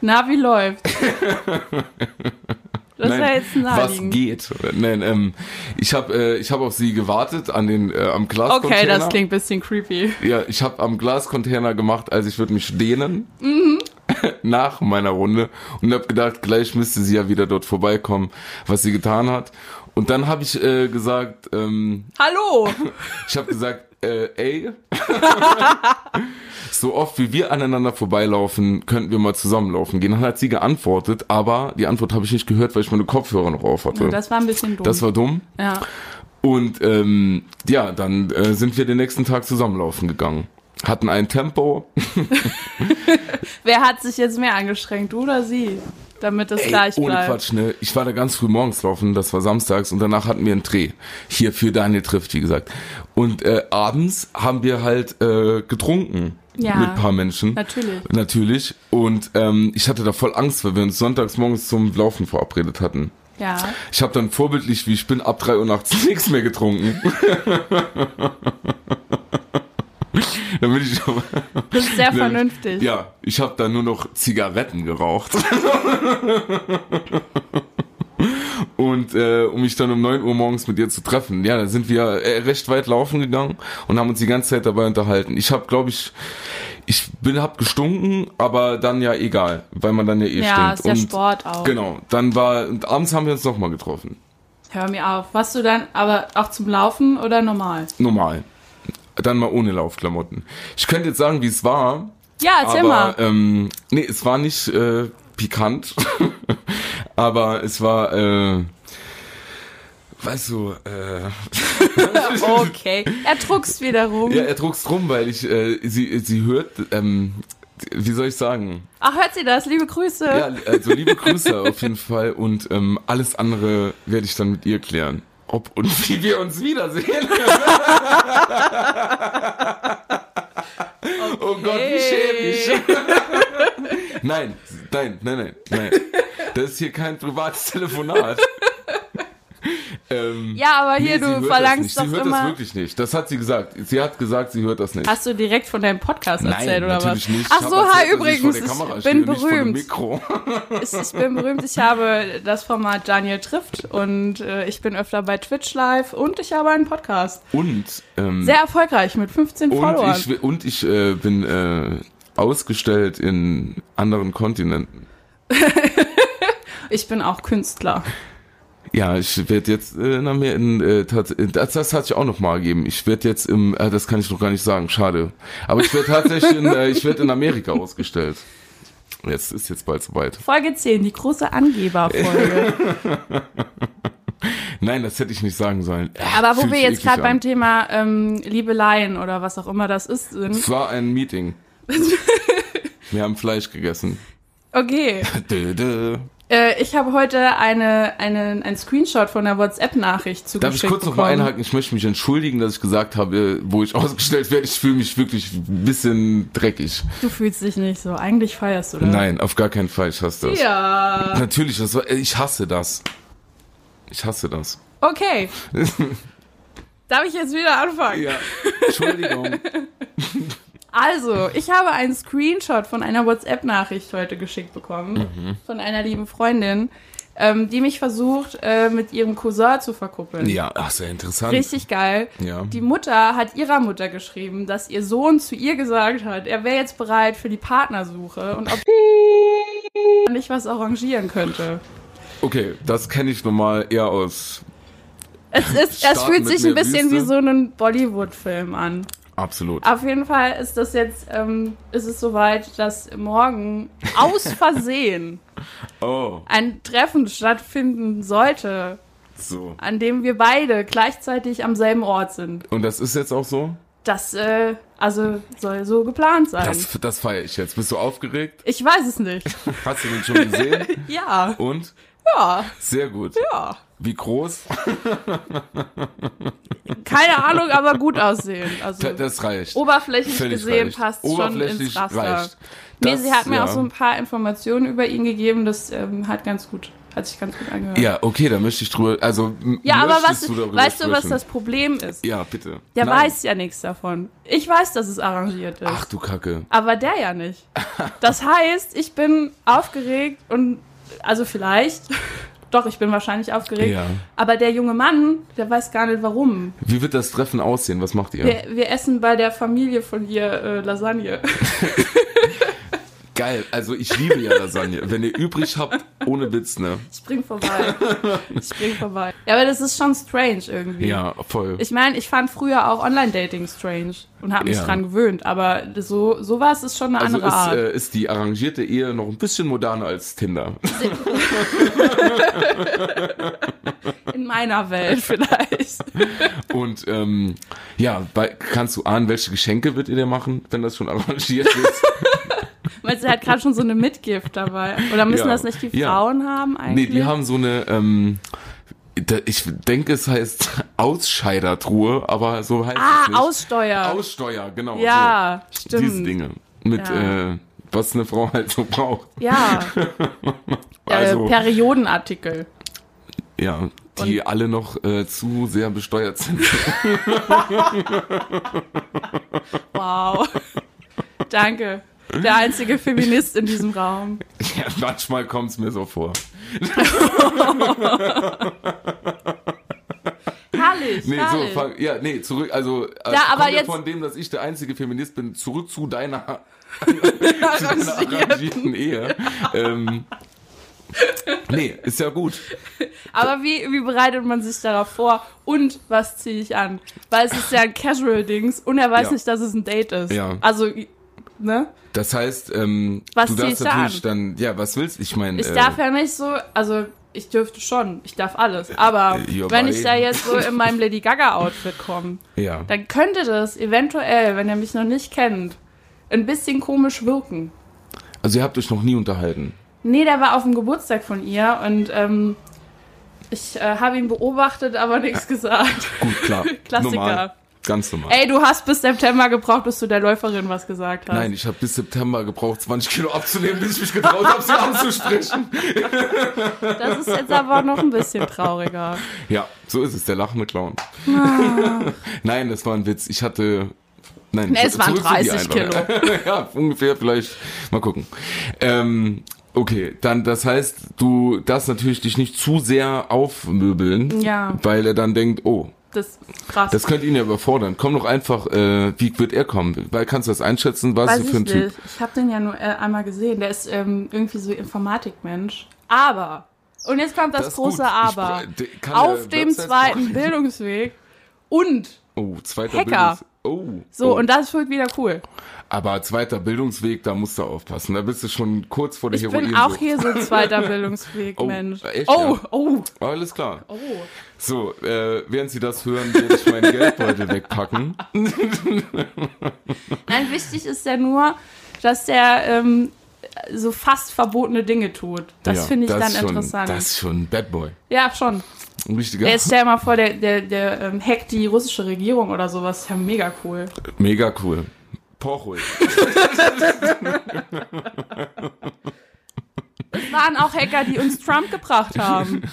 Na, wie läuft?
[laughs]
Das war jetzt
was
naheliegend.
geht? Nein, ähm, ich habe äh, ich habe auf sie gewartet an den äh, am Glascontainer.
Okay, das klingt ein bisschen creepy.
Ja, ich habe am Glascontainer gemacht, also ich würde mich dehnen
Mhm.
[laughs] nach meiner Runde und habe gedacht, gleich müsste sie ja wieder dort vorbeikommen, was sie getan hat. Und dann habe ich äh, gesagt, ähm,
Hallo!
ich habe gesagt, äh,
[laughs]
ey, so oft wie wir aneinander vorbeilaufen, könnten wir mal zusammenlaufen gehen. Dann hat sie geantwortet, aber die Antwort habe ich nicht gehört, weil ich meine Kopfhörer noch auf hatte.
Das war ein bisschen dumm.
das war dumm.
ja.
Und ähm, ja, dann äh, sind wir den nächsten Tag zusammenlaufen gegangen. Hatten ein Tempo,
Wer hat sich jetzt mehr angestrengt, du oder sie? Damit es gleich
ohne
bleibt.
Quatsch, ne? Ich war da ganz früh morgens laufen, das war samstags und danach hatten wir einen Dreh. Hier für Daniel trifft, wie gesagt. Und äh, abends haben wir halt äh, getrunken
Ja.
mit ein paar Menschen.
Natürlich.
Natürlich. Und ähm, ich hatte da voll Angst, weil wir uns sonntags morgens zum Laufen verabredet hatten.
Ja.
Ich habe dann vorbildlich, wie ich bin, ab 3 Uhr nachts [laughs] nichts mehr getrunken. Damit ich aber [laughs]
Das ist sehr vernünftig.
ja, ich habe da nur noch Zigaretten geraucht. [laughs] Und äh, um mich dann um 9 Uhr morgens mit ihr zu treffen. Ja, da sind wir äh, recht weit laufen gegangen und haben uns die ganze Zeit dabei unterhalten. Ich habe, glaube ich, ich bin hab gestunken, aber dann ja egal, weil man dann ja eh
Ja,
stinkt.
ist ja
Und
Sport auch.
Genau, dann war und abends haben wir uns nochmal getroffen.
Hör mir auf. Was du dann, aber auch zum Laufen oder normal?
Normal. Dann mal ohne Laufklamotten. Ich könnte jetzt sagen, wie es war,
Ja, erzähl
aber [laughs]
mal.
ähm, nee, es war nicht äh, pikant, [laughs] aber es war, äh, weißt du, äh,
Okay. Er druckst wieder rum.
ja, er druck's drum, weil ich äh, sie sie hört. Ähm, wie soll ich sagen?
Ach, hört sie das? Liebe Grüße.
Ja, also liebe Grüße auf jeden Fall und ähm, alles andere werde ich dann mit ihr klären. Ob und wie wir uns
[laughs]
wiedersehen. Oh Gott, wie schäbig. Nein, nein, nein, nein, nein. Das ist hier kein privates Telefonat. Ähm,
Ja, aber hier,
sie
du
hört
verlangst
das nicht. Sie
doch
hört das
immer-
wirklich nicht. Das hat sie gesagt. Sie hat gesagt, sie hört das nicht.
Hast du direkt von deinem Podcast erzählt
Nein,
oder
natürlich
was?
nicht.
Ach
Ich
so,
hab
hi
erzählt, dass ich vor
übrigens,
der Kamera
ich
stehe,
bin
nicht vor dem
berühmt.
Mikro.
Es- Ich bin berühmt. Ich habe das Format Daniel trifft und äh, ich bin öfter bei Twitch live und ich habe einen Podcast.
Und ähm,
Sehr erfolgreich mit 15
und
Followern.
ich, und ich äh, bin äh, ausgestellt in anderen Kontinenten.
Ich bin auch Künstler.
Ja, ich werde jetzt äh, na, mir in, äh, tats- äh, das, das hat sich auch noch mal gegeben. Ich werde jetzt im, äh, das kann ich noch gar nicht sagen, schade. Aber ich werde tatsächlich, in, äh, ich werde in Amerika ausgestellt. Jetzt ist jetzt bald soweit.
Folge 10, die
[laughs]
große Angeberfolge.
Nein, das hätte ich nicht sagen sollen. Äh,
Aber wo
fühlt
wir
sich
jetzt
eklig
gerade beim
an.
Thema ähm, Liebeleien oder was auch immer das ist sind.
Es war ein Meeting.
[laughs]
Wir haben Fleisch gegessen.
Okay.
Dö, dö.
Äh, ich habe heute eine, einen ein Screenshot von einer WhatsApp-Nachricht zugeschickt
Darf ich kurz noch
bekommen.
mal einhaken? Ich möchte mich entschuldigen, dass ich gesagt habe, äh, wo ich [laughs] ausgestellt werde. Ich fühle mich wirklich ein bisschen dreckig.
Du fühlst dich nicht so. Eigentlich feierst du das.
Nein, auf gar keinen Fall. Ich hasse das.
Ja.
Natürlich, das war, äh, ich hasse das. Ich hasse das. [laughs]
Okay. Darf ich jetzt wieder anfangen?
Ja. [laughs] Entschuldigung.
Also, ich habe einen Screenshot von einer WhatsApp-Nachricht heute geschickt bekommen.
Mhm.
Von einer lieben Freundin, ähm, die mich versucht, äh, mit ihrem Cousin zu verkuppeln.
Ja, ach, sehr interessant.
Richtig geil.
Ja.
Die Mutter hat ihrer Mutter geschrieben, dass ihr Sohn zu ihr gesagt hat, er wäre jetzt bereit für die Partnersuche und ob nicht was arrangieren könnte.
Okay, das kenne ich normal eher aus.
Es, ist,
Starten
es fühlt
mit
sich ein
einer
bisschen wie
Wüste.
so ein Bollywood-Film an.
Absolut.
Auf jeden Fall ist das jetzt, ähm, ist es soweit, dass morgen
[laughs]
aus Versehen
Oh,
ein Treffen stattfinden sollte,
so.
an dem wir beide gleichzeitig am selben Ort sind.
Und das ist jetzt auch so?
Das, äh, also soll so geplant sein.
Das, das feiere ich jetzt. Bist du aufgeregt?
ich weiß es nicht.
Hast du den schon gesehen?
[laughs] Ja,
Und?
ja,
Sehr gut.
ja.
Wie
[laughs]
groß?
Keine Ahnung, aber gut aussehen. Also
Da- Das reicht.
oberflächlich
Völlig
gesehen
reicht.
passt schon
Oberflächlich
ins Raster.
reicht.
Nee,
Das,
sie hat mir
ja.
auch so ein paar Informationen über ihn gegeben. Das ähm, hat ganz gut, hat sich ganz gut angehört.
Ja, okay, da möchte ich drüber. Also, m-
Ja, aber was,
möchtest du darüber
weißt du, was
sprechen?
das Problem ist?
Ja, bitte.
Der
Nein.
weiß ja nichts davon. Ich weiß, dass es arrangiert ist.
Ach du Kacke.
Aber der ja nicht. Das heißt, ich bin aufgeregt und, also vielleicht, [laughs] doch, ich bin wahrscheinlich aufgeregt.
Ja.
Aber der junge Mann, der weiß gar nicht warum.
Wie wird das Treffen aussehen? Was macht ihr?
Wir, wir essen bei der Familie von ihr äh, Lasagne.
[laughs] Geil. Also, ich liebe ja Lasagne. Wenn ihr übrig habt, ohne Witz, ne?
Ich
[laughs]
spring vorbei. Ich spring vorbei. Ja, aber das ist schon strange irgendwie.
Ja, voll.
Ich meine, ich fand früher auch Online-Dating strange und habe mich
Ja.
dran gewöhnt, aber so, sowas ist schon eine
also
andere
ist,
Art.
äh, ist die arrangierte Ehe noch ein bisschen moderner als Tinder.
In meiner Welt [laughs] vielleicht.
Und ähm, ja, bei, kannst du ahnen, welche Geschenke wird ihr dir machen, wenn das schon arrangiert ist?
Weil sie hat gerade schon so eine Mitgift dabei. Oder müssen
Ja.
das nicht die
Ja.
Frauen haben
Nee,
eigentlich?
die haben so eine, ähm, da- ich denke, es heißt Ausscheidertruhe, aber so heißt
ah,
es nicht.
Aussteuer.
Aussteuer, genau.
ja,
so. Diese
stimmt.
Dinge. Mit,
Ja.
äh, was eine Frau halt so braucht.
Ja,
[laughs]
äh,
Also,
Periodenartikel.
ja, die alle noch äh, zu sehr besteuert sind. [laughs]
Wow. [laughs] Danke. Der einzige Feminist in diesem Raum.
ja, manchmal kommt es mir so vor.
Herrlich,
Nee, so,
herrlich. [laughs]
fang, ja, nee, zurück, also, äh,
Ja, aber
kommt
jetzt-
ja von dem, dass ich der einzige Feminist bin, zurück zu
[laughs]
deiner einer
Arrangiert.
arrangierten
[laughs]
Ehe. ähm, nee, ist ja gut.
Aber wie, wie bereitet man sich darauf vor und was ziehe ich an? Weil es ist ja ein Casual-Dings und er weiß
Ja.
nicht, dass es ein Date ist.
Ja.
Also, ne?
Das heißt, ähm,
Was
du darfst
ziehst du an?
natürlich dann, ja, was willst Ich meine,
Ich
äh,
darf ja nicht so, also ich dürfte schon, ich darf alles. Aber
Äh, ja,
wenn
bei-
ich da jetzt so in meinem Lady Gaga-Outfit komme,
ja.
dann könnte das eventuell, wenn er mich noch nicht kennt, ein bisschen komisch wirken.
Also ihr habt euch noch nie unterhalten.
Nee, der war auf dem Geburtstag von ihr und ähm, ich äh, habe ihn beobachtet, aber nichts gesagt.
Gut, klar.
[laughs] Klassiker.
Normal. Ganz normal.
Ey, du hast bis September gebraucht, bis du der Läuferin was gesagt hast.
Nein, ich habe bis September gebraucht, 20 Kilo abzunehmen, bis ich mich getraut habe, sie
[laughs]
anzusprechen.
Das ist jetzt aber noch ein bisschen trauriger.
Ja, so ist es, der lachende Clown. [laughs] Nein, das war ein Witz. Ich hatte. Nein,
Ah. Nee, es
zurück
waren
zu dir
30
einfach. [laughs] ja, ungefähr, vielleicht. Mal gucken. Ähm, okay, dann, das heißt, du darfst natürlich dich nicht zu sehr aufmöbeln,
Ja.
weil er dann denkt, oh,
Das ist krass.
das könnte ihn ja überfordern. Komm doch einfach, äh, wie wird er kommen? Weil kannst du das einschätzen, was
Weiß
du für ein
ich
Typ?
nicht. Ich habe den ja nur äh, einmal gesehen. Der ist ähm, irgendwie so Informatikmensch. Aber, und jetzt kommt das,
Das ist
große
gut. Ich
Aber,
spre- de- kann
auf
der
dem
Website-
zweiten Bildungsweg und
Oh, zweiter
Hacker.
Bildungs oh,
so,
oh.
und das wird wieder cool.
Aber zweiter Bildungsweg, da musst du aufpassen. Da bist du schon kurz vor der
Ich
Heroin.
bin auch hier so
[laughs]
ein zweiter Bildungsweg,
Oh,
Mensch.
echt,
oh,
ja?
oh,
Alles klar.
oh.
So, äh, während Sie das hören, werde ich meinen Geldbeutel wegpacken.
Nein, wichtig ist ja nur, dass der ähm, so fast verbotene Dinge tut. [laughs] Das
Ja,
finde ich dann
ist schon,
interessant.
Das ist schon ein Bad Boy.
ja, schon.
Ein richtiger.
Jetzt stell dir mal vor, der, der, der ähm, hackt die russische Regierung oder sowas. Ist ja mega cool.
[laughs] Mega cool. Porchul.
waren auch Hacker, die uns Trump gebracht
[laughs]
haben. Äh,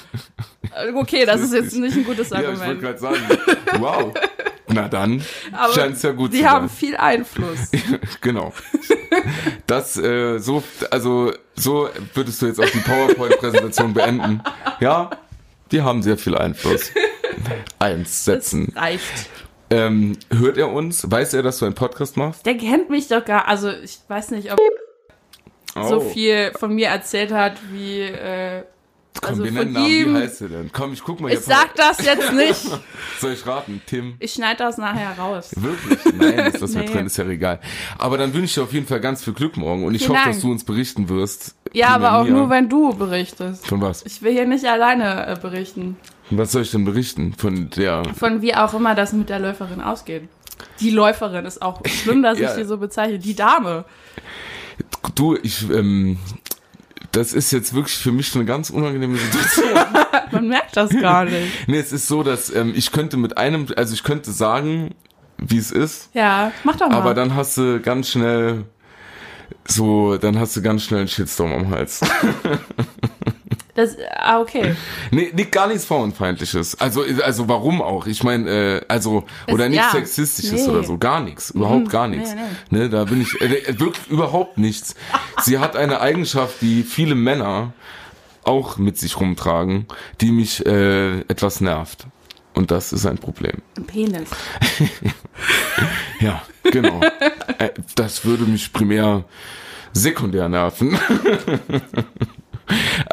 Okay, das ist jetzt nicht ein gutes
Ja, ich wollte
Argument.
gerade sagen. Wow. Na dann,
Aber
scheint es ja gut
die
zu
haben
haben. [laughs]
viel Einfluss.
Genau. Das, äh, so, also, so würdest du jetzt auch die PowerPoint-Präsentation beenden. Ja, die haben sehr viel Einfluss. Eins
Das
setzen.
reicht.
Ähm, hört er uns? Weiß er, dass du einen Podcast machst?
Der kennt mich doch gar. Also ich weiß nicht, ob er
Oh.
so viel von mir erzählt hat, wie. Äh,
Komm,
also
wir
von
nennen Namen.
ihm-
Wie heißt er denn? Komm, ich guck mal
ich
hier.
sag das jetzt nicht.
Soll ich raten? Tim.
Ich schneide das nachher raus.
Wirklich? Nein, ist das mit
Nee.
drin, ist ja egal. Aber dann wünsche ich dir auf jeden Fall ganz viel Glück morgen und ich
Vielen
hoffe,
Dank.
dass du uns berichten wirst.
Ja, aber auch
Mia.
nur, wenn du berichtest.
Von was?
Ich will hier nicht alleine äh, berichten.
Was soll ich denn berichten? Von der.
Von wie auch immer das mit der Läuferin ausgeht. Die Läuferin ist auch
[laughs]
schlimm, dass
Ja.
ich die so bezeichne. Die Dame.
Du, ich, ähm, das ist jetzt wirklich für mich eine ganz unangenehme Situation.
Man merkt das gar nicht.
nee, es ist so, dass ähm, ich könnte mit einem, also ich könnte sagen, wie es ist,
Ja, mach doch mal.
aber dann hast du ganz schnell so, dann hast du ganz schnell einen Shitstorm am Hals.
Das, ah, okay.
Nee, nicht gar nichts Frauenfeindliches. Also, also warum auch? Ich meine, äh, also, oder
Es-
nichts
ja.
Sexistisches
Nee. Mhm.
oder so. Gar nichts. Überhaupt gar nichts.
Nee,
Ne, da bin ich, äh, wirklich überhaupt nichts. Sie hat eine Eigenschaft, die viele Männer auch mit sich rumtragen, die mich äh, etwas nervt. Und das ist ein Problem.
Ein Penis.
Ja, genau. äh, das würde mich primär sekundär
[laughs]
nerven.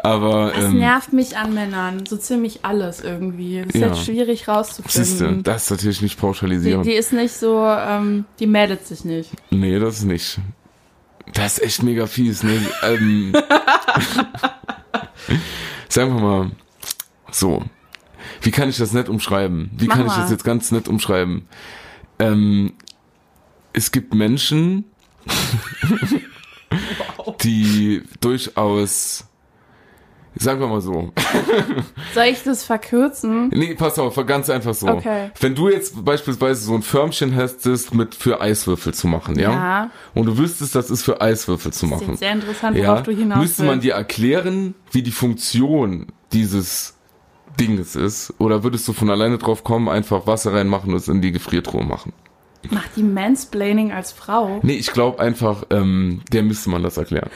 Aber
Das
ähm,
nervt mich an Männern. So ziemlich alles irgendwie. Das ist
Ja.
jetzt schwierig
siehste,
rauszufinden.
das ist natürlich nicht
Die,
pauschalisierend.
die ist nicht so, ähm, die meldet sich nicht.
Nee, das nicht. Das ist echt mega fies, ne?
[laughs]
ähm, sagen wir mal so. Wie kann ich das nett umschreiben? Wie
Mach
kann ich
mal.
das jetzt ganz nett umschreiben? Ähm, es gibt
[laughs]
Menschen, die durchaus, sagen wir mal so,
Soll ich das verkürzen?
Nee, pass auf, ganz einfach so.
Okay.
Wenn du jetzt beispielsweise so ein Förmchen hättest, mit für Eiswürfel zu machen, ja?
Ja.
Und du wüsstest, das ist für Eiswürfel zu
Das ist
machen.
jetzt sehr interessant, worauf
ja.
du hinaus
Müsste man
willst.
dir erklären, wie die Funktion dieses Dinges ist? Oder würdest du von alleine drauf kommen, einfach Wasser reinmachen und es in die Gefriertruhe machen?
Macht die Mansplaining als Frau?
Nee, ich glaube einfach, ähm, der müsste man das erklären.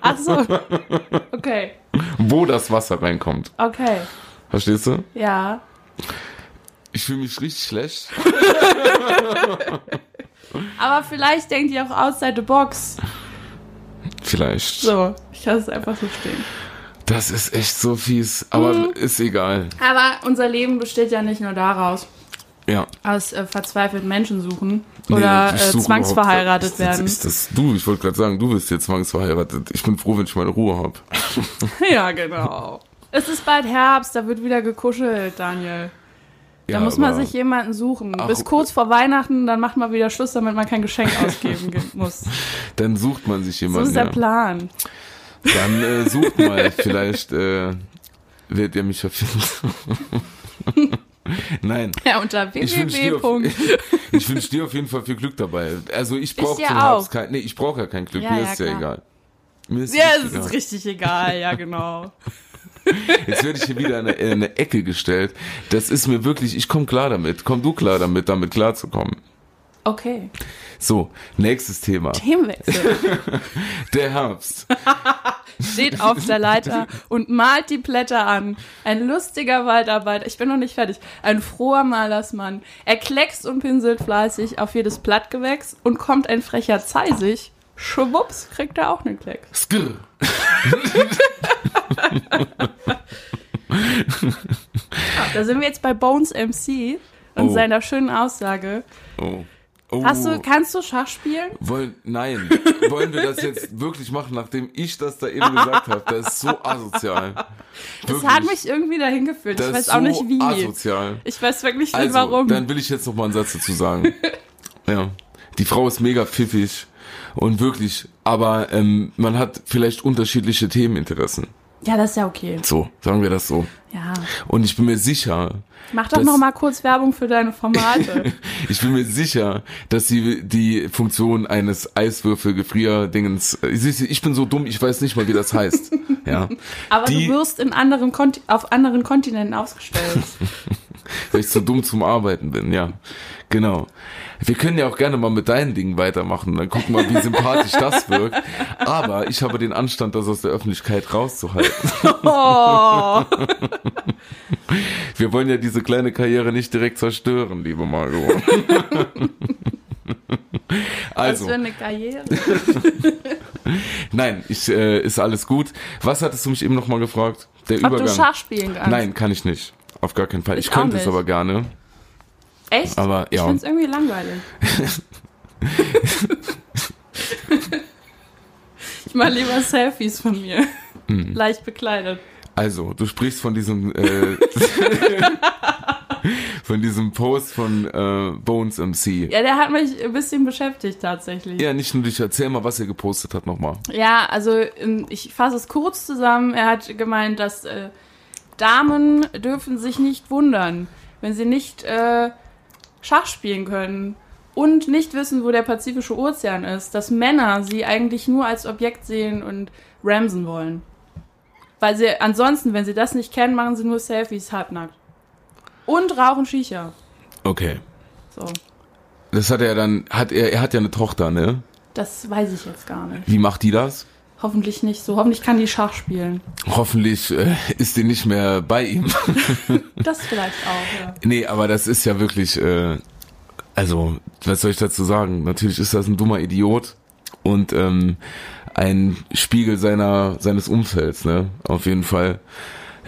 Ach so.
[laughs]
Okay.
Wo das Wasser reinkommt.
Okay.
Verstehst du?
Ja.
Ich fühle mich richtig schlecht.
Aber vielleicht denkt ihr auch outside the box.
Vielleicht.
So. Ich lasse es einfach so stehen.
Das ist echt so fies, aber
Mhm.
ist egal.
Aber unser Leben besteht ja nicht nur daraus.
Ja.
aus äh, verzweifelt Menschen suchen
Nee,
oder
ich
äh,
suche
zwangsverheiratet
überhaupt- [laughs]
werden.
Ist, ist das du? Ich wollte gerade sagen, du bist jetzt zwangsverheiratet. Ich bin froh, wenn ich meine Ruhe habe.
Ja, genau. Es ist bald Herbst, da wird wieder gekuschelt, Daniel. Da
Ja,
muss man
aber-
sich jemanden suchen.
Ach, äh,
Bis kurz vor Weihnachten, dann macht man wieder Schluss, damit man
[laughs]
kein Geschenk ausgeben ge- muss.
Dann sucht man sich
So
jemanden.
ist der
ja.
Plan.
Dann äh,
[laughs]
sucht mal. Vielleicht äh, werdet ihr mich ja finden. [laughs] Nein.
Ja, unter
Ich wünsche dir,
www.
auf-
[laughs]
ich wünsch dir auf jeden Fall viel Glück dabei. Also ich brauche
ja
zum Herbst
auch.
kein, nee, ich brauche ja kein Glück.
Ja,
Mir
ja,
ist ja
klar.
egal. Mir ist
Ja,
nicht
es
egal.
ist richtig egal, ja, genau.
Jetzt werde ich hier wieder in eine, in eine Ecke gestellt. Das ist mir wirklich, ich komme klar damit. Komm du klar damit, damit klarzukommen.
Okay.
So, nächstes Thema.
Themenwechsel.
Der Herbst.
Steht auf der Leiter und malt die Blätter an. Ein lustiger Waldarbeiter. Ich bin noch nicht fertig. Ein froher Malersmann. Er kleckst und pinselt fleißig auf jedes Blattgewächs und kommt ein frecher Zeisig. Schwupps, kriegt er auch einen Kleck.
Skrr.
Da sind wir jetzt bei Bones MC und
Oh.
seiner schönen Aussage.
Oh. Oh.
Hast du, kannst du Schach spielen?
Wollen, nein, wollen wir das jetzt wirklich machen, nachdem ich das da eben gesagt habe? Das ist so asozial.
Das hat mich irgendwie dahin geführt.
das
Ich weiß
ist
auch
so
nicht wie.
asozial.
Ich weiß wirklich nicht
Also,
warum.
dann will ich jetzt noch mal einen Satz dazu sagen. ja, die Frau ist mega pfiffig und wirklich, aber ähm, man hat vielleicht unterschiedliche Themeninteressen.
ja, das ist ja okay.
So, sagen wir das so.
Ja.
Und ich bin mir sicher,
Mach doch
Das-
noch mal kurz Werbung für deine
[laughs]
Formate.
ich bin mir sicher, dass sie die Funktion eines Eiswürfel-Gefrier-Dingens, siehst du, ich bin so dumm, ich weiß nicht mal, wie das heißt. ja.
Aber
Die-
du wirst in anderen Konti auf anderen
[laughs]
Kontinenten ausgestellt.
weil ich zu dumm zum Arbeiten bin, ja. Genau. Wir können ja auch gerne mal mit deinen Dingen weitermachen, dann gucken wir, wie sympathisch das wirkt. Aber ich habe den Anstand, das aus der Öffentlichkeit rauszuhalten.
Oh.
Wir wollen ja diese kleine Karriere nicht direkt zerstören, liebe Margot.
Was für
Also, [laughs]
eine Karriere.
nein, ich, äh, ist alles gut. Was hattest du mich eben nochmal gefragt? Der
Ob du
Übergang.
Schach spielen kannst.
Nein, kann ich nicht. Auf gar keinen Fall. Ich,
Ich auch
könnte es
nicht.
aber gerne.
Echt?
Aber,
Ich
ja.
find's irgendwie langweilig. ich mache lieber Selfies von mir. Leicht bekleidet.
Also, du sprichst von diesem äh,
[laughs]
von diesem Post von äh, Bones MC. Ja.
Ja, der hat mich ein bisschen beschäftigt tatsächlich.
nicht nur dich. Erzähl mal, was er gepostet hat nochmal.
Ja, also ähm, ich fasse es kurz zusammen. Er hat gemeint, dass äh, Damen dürfen sich nicht wundern, wenn sie nicht äh, Schach spielen können und nicht wissen, wo der Pazifische Ozean ist, dass Männer sie eigentlich nur als Objekt sehen und ramsen wollen. Weil sie ansonsten, wenn sie das nicht kennen, machen sie nur Selfies halbnackt. Und rauchen Shisha.
Okay.
So,
Das hat er dann, hat er, er hat ja eine Tochter, ne?
das weiß ich jetzt gar nicht.
Wie macht die das?
Hoffentlich nicht so. Hoffentlich kann die Schach spielen.
Hoffentlich äh, ist die nicht mehr bei ihm.
Das vielleicht auch, ja.
nee, aber das ist ja wirklich, äh, also, was soll ich dazu sagen? Natürlich ist das ein dummer Idiot und ähm, ein Spiegel seiner seines Umfelds, ne? Auf jeden Fall.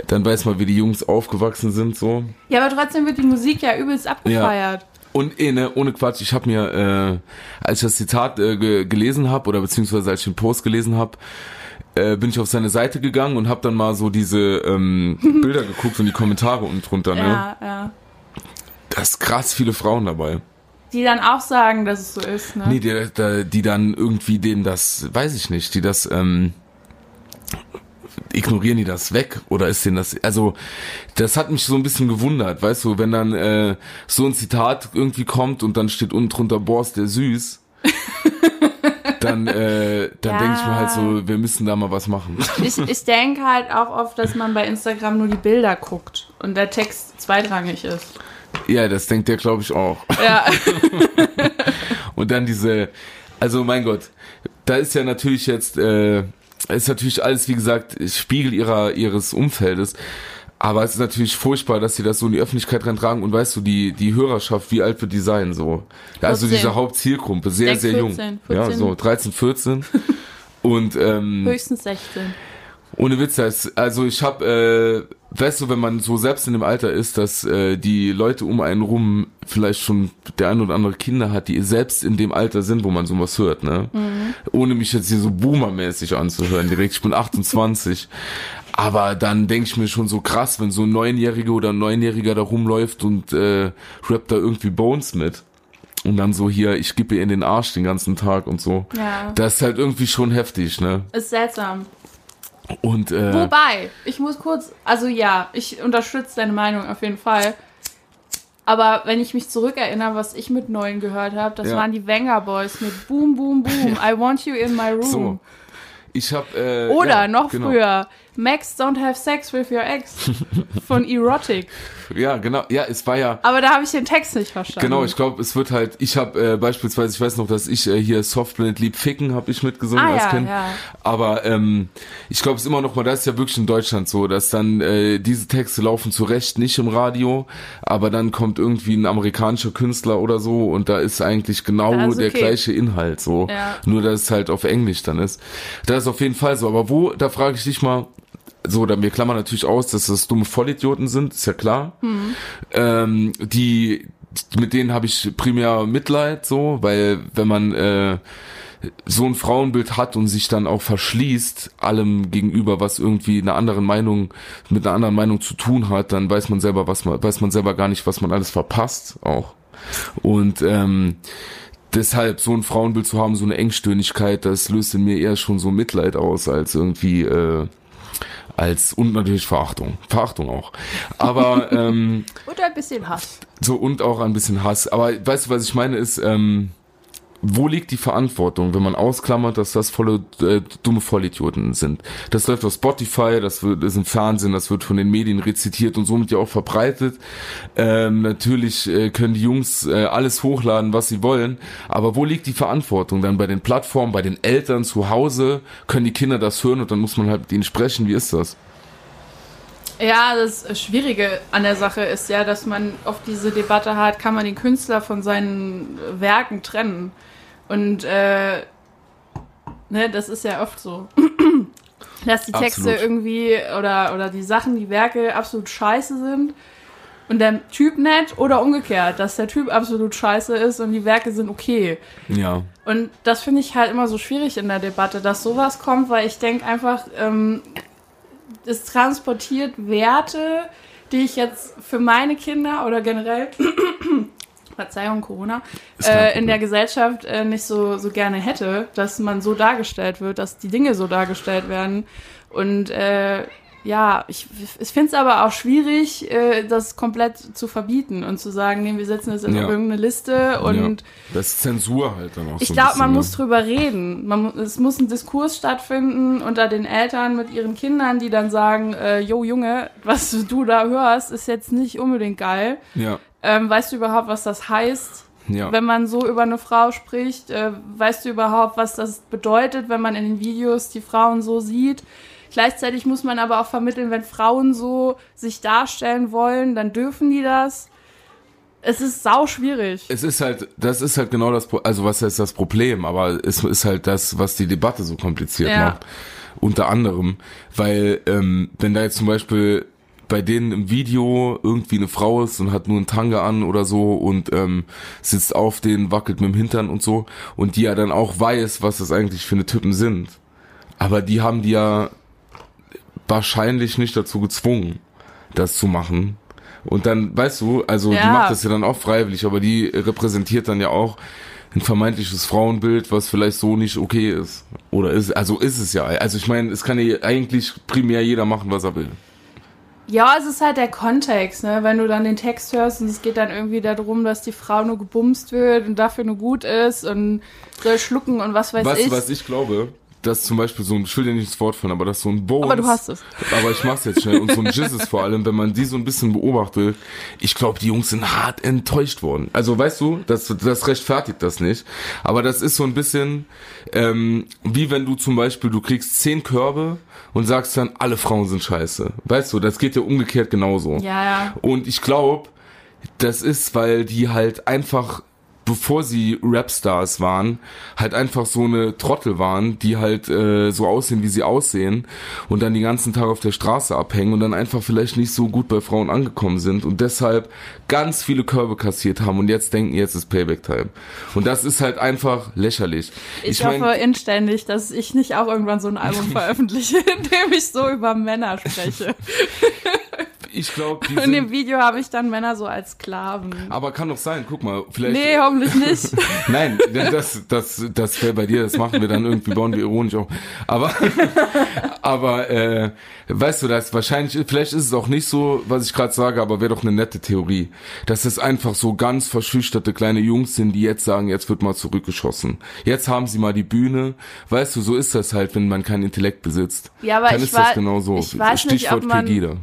Dann weiß man, wie die Jungs aufgewachsen sind, so.
Ja, aber trotzdem wird die Musik ja übelst abgefeiert.
Und eh, ne, ohne Quatsch, ich habe mir, äh, als ich das Zitat äh, ge gelesen habe oder beziehungsweise als ich den Post gelesen habe, äh, bin ich auf seine Seite gegangen und habe dann mal so diese ähm, Bilder geguckt und die Kommentare unten drunter.
Ja.
Ne?
ja,
Da ist krass viele Frauen dabei.
Die dann auch sagen, dass es so ist, ne?
Nee, die, die, die dann irgendwie dem das, weiß ich nicht, die das, ähm, ignorieren die das weg oder ist denen das, also das hat mich so ein bisschen gewundert, weißt du, wenn dann äh, so ein Zitat irgendwie kommt und dann steht unten drunter, boah, ist der süß. Dann, äh, dann
Ja.
denke ich mir halt so, wir müssen da mal was machen.
Ich, ich denke halt auch oft, dass man bei Instagram nur die Bilder guckt und der Text zweitrangig ist.
ja, das denkt der, glaube ich, auch.
Ja,
Und dann diese, also mein Gott, da ist ja natürlich jetzt, äh, ist natürlich alles, wie gesagt, Spiegel ihrer, ihres Umfeldes. Aber es ist natürlich furchtbar, dass sie das so in die Öffentlichkeit reintragen und weißt du, die, die Hörerschaft, wie alt wird die sein, so. Ja, Also
14.
diese Hauptzielgruppe, sehr,
Sechs,
sehr jung.
14,
Ja, so 13, 14. und, ähm,
[laughs] [laughs] höchstens 16.
ohne Witz, das, also ich hab, äh, weißt du, wenn man so selbst in dem Alter ist, dass äh, die Leute um einen rum vielleicht schon der ein oder andere Kinder hat, die selbst in dem Alter sind, wo man sowas hört, ne? Ohne mich jetzt hier so boomermäßig anzuhören, direkt, ich bin 28. Aber dann denke ich mir schon so krass, wenn so ein Neunjähriger oder ein Neunjähriger da rumläuft und äh, rappt da irgendwie Bones mit. Und dann so hier, ich gebe ihr in den Arsch den ganzen Tag und so.
Ja.
Das ist halt irgendwie schon heftig, ne?
Ist seltsam.
Und äh,
Wobei, ich muss kurz, also ja, ich unterstütze deine Meinung auf jeden Fall. Aber wenn ich mich zurückerinnere, was ich mit Neuen gehört habe, das
Ja.
waren die Wenger Boys mit Boom,
[laughs]
Boom, Boom, I want you in my room.
So. Ich habe äh,
Mhm. Oder
ja,
noch
genau.
früher, Max don't have sex with your ex von Erotic.
Ja, genau. Ja, es war ja
Aber da habe ich den Text nicht verstanden.
Genau, ich glaube, es wird halt, ich habe äh, beispielsweise, ich weiß noch, dass ich äh, hier Softplanet lieb ficken, habe ich mitgesungen
Ah,
als
ja,
Kind.
ja.
Aber ähm, ich glaube es ist immer noch mal, das ist ja wirklich in Deutschland so, dass dann äh, diese Texte laufen zu Recht nicht im Radio, aber dann kommt irgendwie ein amerikanischer Künstler oder so und da ist eigentlich genau
Da ist
der
okay.
gleiche Inhalt so,
Ja.
nur dass es halt auf Englisch dann ist. Das ist auf jeden Fall so, aber wo, da frage ich dich mal, so, da wir klammern natürlich aus, dass das dumme Vollidioten sind, ist ja klar ähm, die mit denen habe ich primär Mitleid so, weil wenn man äh, so ein Frauenbild hat und sich dann auch verschließt allem gegenüber, was irgendwie einer anderen Meinung mit einer anderen Meinung zu tun hat, dann weiß man selber, was man weiß man selber gar nicht, was man alles verpasst auch. Und ähm, deshalb so ein Frauenbild zu haben, so eine Engstirnigkeit, das löst in mir eher schon so Mitleid aus als irgendwie äh, als und natürlich Verachtung, Verachtung auch. Aber [laughs] ähm,
Oder ein bisschen Hass.
so, und auch ein bisschen Hass. Aber weißt du, was ich meine, ist, ähm, wo liegt die Verantwortung, wenn man ausklammert, dass das volle äh, dumme Vollidioten sind? Das läuft auf Spotify, das wird ist im Fernsehen, das wird von den Medien rezitiert und somit ja auch verbreitet. Ähm, natürlich äh, können die Jungs äh, alles hochladen, was sie wollen, aber wo liegt die Verantwortung dann bei den Plattformen, bei den Eltern zu Hause? Können die Kinder das hören und dann muss man halt mit ihnen sprechen? Wie ist das?
Ja, das Schwierige an der Sache ist ja, dass man oft diese Debatte hat, kann man den Künstler von seinen Werken trennen? Und äh, ne, das ist ja oft so. [clears throat] Dass die Texte
Absolut.
irgendwie oder, oder die Sachen, die Werke absolut scheiße sind und der Typ nett oder umgekehrt, dass der Typ absolut scheiße ist und die Werke sind okay.
Ja.
Und das finde ich halt immer so schwierig in der Debatte, dass sowas kommt, weil ich denke einfach, ähm, es transportiert Werte, die ich jetzt für meine Kinder oder generell, [coughs] Verzeihung, Corona,
kein
äh,
Problem.
in der Gesellschaft äh, nicht so, so gerne hätte, dass man so dargestellt wird, dass die Dinge so dargestellt werden. Und äh, ja, ich, ich finde es aber auch schwierig, äh, das komplett zu verbieten und zu sagen, nee, wir setzen das in
Ja.
irgendeine Liste und
ja. Das ist Zensur halt dann auch so
ich
ein
glaube,
bisschen,
man
ne?
muss drüber reden. Man, mu- es muss ein Diskurs stattfinden unter den Eltern mit ihren Kindern, die dann sagen, äh, Jo Junge, was du da hörst, ist jetzt nicht unbedingt geil.
Ja.
Ähm, weißt du überhaupt, was das heißt,
Ja.
wenn man so über eine Frau spricht? Äh, weißt du überhaupt, was das bedeutet, wenn man in den Videos die Frauen so sieht? Gleichzeitig muss man aber auch vermitteln, wenn Frauen so sich darstellen wollen, dann dürfen die das. Es ist sau schwierig.
Es ist halt, das ist halt genau das, Pro- also was heißt das Problem, aber es ist halt das, was die Debatte so kompliziert
Ja.
macht. Unter anderem, weil ähm, wenn da jetzt zum Beispiel bei denen im Video irgendwie eine Frau ist und hat nur einen Tanga an oder so und ähm, sitzt auf den, wackelt mit dem Hintern und so und die ja dann auch weiß, was das eigentlich für eine Typen sind. Aber die haben die ja wahrscheinlich nicht dazu gezwungen, das zu machen. Und dann, weißt du, also die
Ja.
macht das ja dann auch freiwillig, aber die repräsentiert dann ja auch ein vermeintliches Frauenbild, was vielleicht so nicht okay ist. Oder ist, also ist es ja. Also ich meine, es kann ja eigentlich primär jeder machen, was er will.
Ja, es ist halt der Kontext, ne? Wenn du dann den Text hörst und es geht dann irgendwie darum, dass die Frau nur gebumst wird und dafür nur gut ist und soll schlucken und was weiß
Weißt
ich.
du, was ich glaube? Dass zum Beispiel so ein, ich will dir nicht ins Wort fallen, aber dass so ein Bones.
Aber du hast es.
Aber ich mach's jetzt schnell. Und so ein Jizzes vor allem, wenn man die so ein bisschen beobachtet, ich glaube, die Jungs sind hart enttäuscht worden. Also weißt du, das, das rechtfertigt das nicht. Aber das ist so ein bisschen ähm, wie wenn du zum Beispiel, du kriegst zehn Körbe und sagst dann, alle Frauen sind scheiße. Weißt du, das geht ja umgekehrt genauso.
Ja, ja.
Und ich glaube, das ist, weil die halt einfach, bevor sie Rapstars waren, halt einfach so eine Trottel waren, die halt äh, so aussehen, wie sie aussehen und dann den ganzen Tag auf der Straße abhängen und dann einfach vielleicht nicht so gut bei Frauen angekommen sind und deshalb ganz viele Körbe kassiert haben und jetzt denken, jetzt ist Payback-Time. Und das ist halt einfach lächerlich.
Ich,
mein-
hoffe inständig, dass ich
[laughs]
nicht auch irgendwann so ein Album veröffentliche, in dem ich so über Männer spreche.
ich glaube,
[laughs]
die
In dem
sind,
Video habe ich dann Männer so als Sklaven.
aber kann doch sein, guck mal, vielleicht,
Nee, hoffentlich nicht.
[laughs] nein, das, das, das wäre bei dir, das machen wir dann irgendwie, bauen wir ironisch auf. Aber, aber, äh, weißt du, das wahrscheinlich, vielleicht ist es auch nicht so, was ich gerade sage, aber wäre doch eine nette Theorie, dass es einfach so ganz verschüchterte kleine Jungs sind, die jetzt sagen, jetzt wird mal zurückgeschossen. Jetzt haben sie mal die Bühne. Weißt du, so ist das halt, wenn man keinen Intellekt besitzt.
Ja, aber
dann
ich
ist
wa-
das genau so.
ich weiß nicht,
Stichwort
ob man-
Pegida.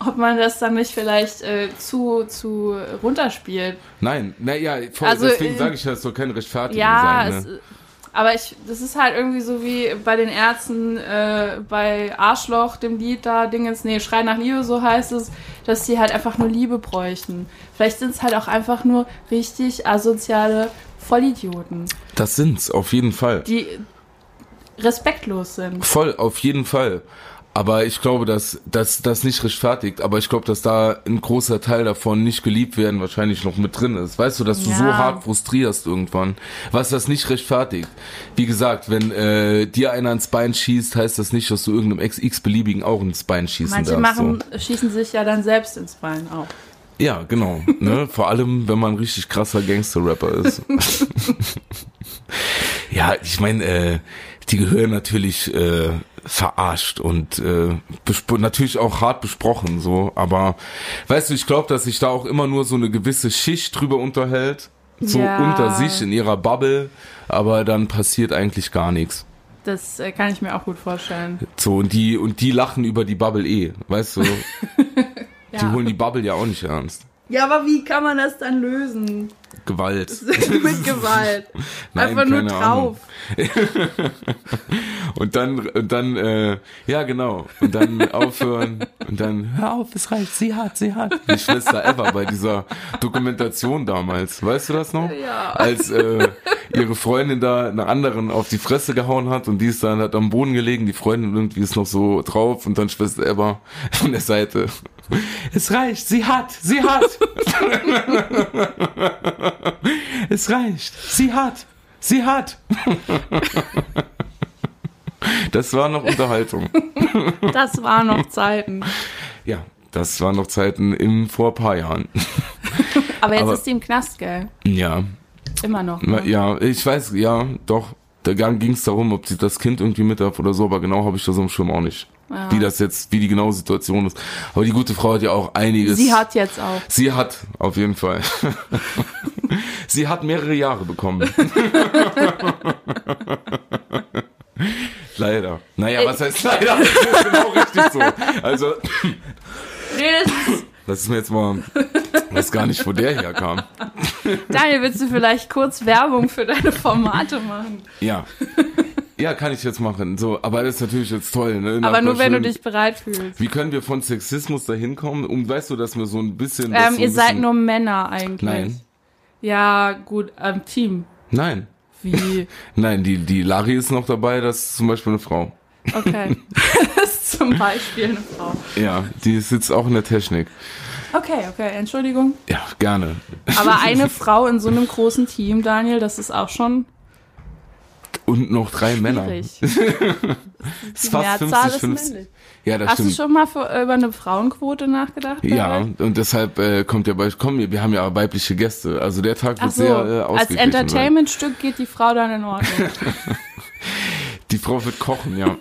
Ob man das dann nicht vielleicht äh, zu, zu runterspielt.
Nein, naja, voll,
Also,
deswegen
äh,
sage ich, das soll kein Rechtfertigung
Ja,
sein. Ne?
es, aber ich, das ist halt irgendwie so wie bei den Ärzten, äh, bei Arschloch, dem Lied da, Dingens, nee, Schrei nach Liebe, so heißt es, dass die halt einfach nur Liebe bräuchten. Vielleicht sind es halt auch einfach nur richtig asoziale Vollidioten,
Das sind's, auf jeden Fall.
die respektlos sind.
Voll, auf jeden Fall. Aber ich glaube, dass dass das nicht rechtfertigt. Aber ich glaube, dass da ein großer Teil davon nicht geliebt werden wahrscheinlich noch mit drin ist. Weißt du, dass du so
Ja.
hart frustrierst irgendwann, was das nicht rechtfertigt. Wie gesagt, wenn äh, dir einer ins Bein schießt, heißt das nicht, dass du irgendeinem x-beliebigen auch ins Bein schießen
Manche
darfst.
machen,
So.
schießen sich ja dann selbst ins Bein auch.
Ja, genau. ne?
[laughs]
Vor allem, wenn man ein richtig krasser Gangster-Rapper ist. ja, ich meine, äh, die gehören natürlich äh, verarscht und äh, besp- natürlich auch hart besprochen, so. Aber weißt du, ich glaube, dass sich da auch immer nur so eine gewisse Schicht drüber unterhält. So
Ja.
unter sich in ihrer Bubble, aber dann passiert eigentlich gar nichts.
Das äh, kann ich mir auch gut vorstellen.
So, und die, und die lachen über die Bubble eh, weißt
[laughs]
du? Die
Ja.
holen die Bubble ja auch nicht ernst.
ja, aber wie kann man das dann lösen? [laughs]
Gewalt.
Mit Gewalt.
Nein,
Einfach nur
keine
drauf.
Ahnung. Und dann, und dann, äh, ja genau, und dann aufhören und dann, hör auf, es reicht, sie hat, sie hat. Die Schwester Eva bei dieser Dokumentation damals, weißt du das noch?
Ja.
Als äh, ihre Freundin da einer anderen auf die Fresse gehauen hat und die ist dann hat am Boden gelegen, die Freundin irgendwie ist noch so drauf und dann Schwester Eva von der Seite. Es reicht, sie hat, sie hat. es reicht, sie hat, sie hat. Das war noch Unterhaltung.
Das waren noch
[laughs]
Zeiten.
ja, das waren noch Zeiten im vor ein paar Jahren.
Aber jetzt
Aber-
ist die im Knast, gell?
[laughs] ja,
Immer noch.
na,
ne?
ja, ich weiß, ja, doch. Da ging es darum, ob sie das Kind irgendwie mit darf oder so, aber genau habe ich das am Schirm auch nicht.
Ja.
Wie das jetzt, wie die genaue Situation ist. Aber die gute Frau hat ja auch einiges.
Sie hat jetzt auch.
Sie hat, auf jeden Fall. [laughs] Sie hat mehrere Jahre
[laughs]
bekommen. leider. Naja, was heißt leider? Das ist genau richtig so. Also,
Nee, das ist,
das ist mir jetzt mal, was gar nicht, wo der herkam.
Daniel, willst du vielleicht kurz Werbung für deine Formate machen? [laughs]
Ja. Ja, kann ich jetzt machen. So, aber das ist natürlich jetzt toll. Ne? Nach
Aber nur
einer
wenn du
schönen-
dich bereit fühlst.
Wie können wir von Sexismus dahin kommen? Um, weißt du, dass wir so ein bisschen. dass
Ähm,
so ein
ihr seid
bisschen-
nur Männer eigentlich.
Nein.
Ja, gut, ähm, Team.
Nein.
Wie?
Nein, die, die Lari ist noch dabei, das ist zum Beispiel eine Frau. [laughs]
Okay. [laughs] das ist zum Beispiel eine Frau.
Ja, die sitzt auch in der Technik.
Okay, okay, Entschuldigung.
Ja, gerne.
Aber
[laughs]
eine Frau in so einem großen Team, Daniel, das ist auch schon
Und noch drei Männer.
schwierig.
Es ist
Mehrzahl ist
50-50.
männlich.
Ja, das
Hast du
stimmt.
schon mal für, über eine Frauenquote nachgedacht?
ja, und deshalb äh, kommt ja bei, komm, wir haben ja weibliche Gäste. Also der Tag
Ach
wird
so,
sehr äh,
als
ausgeglichen sein.
Entertainment-Stück geht die Frau dann
[laughs]
in Ordnung.
Die Frau wird kochen, ja.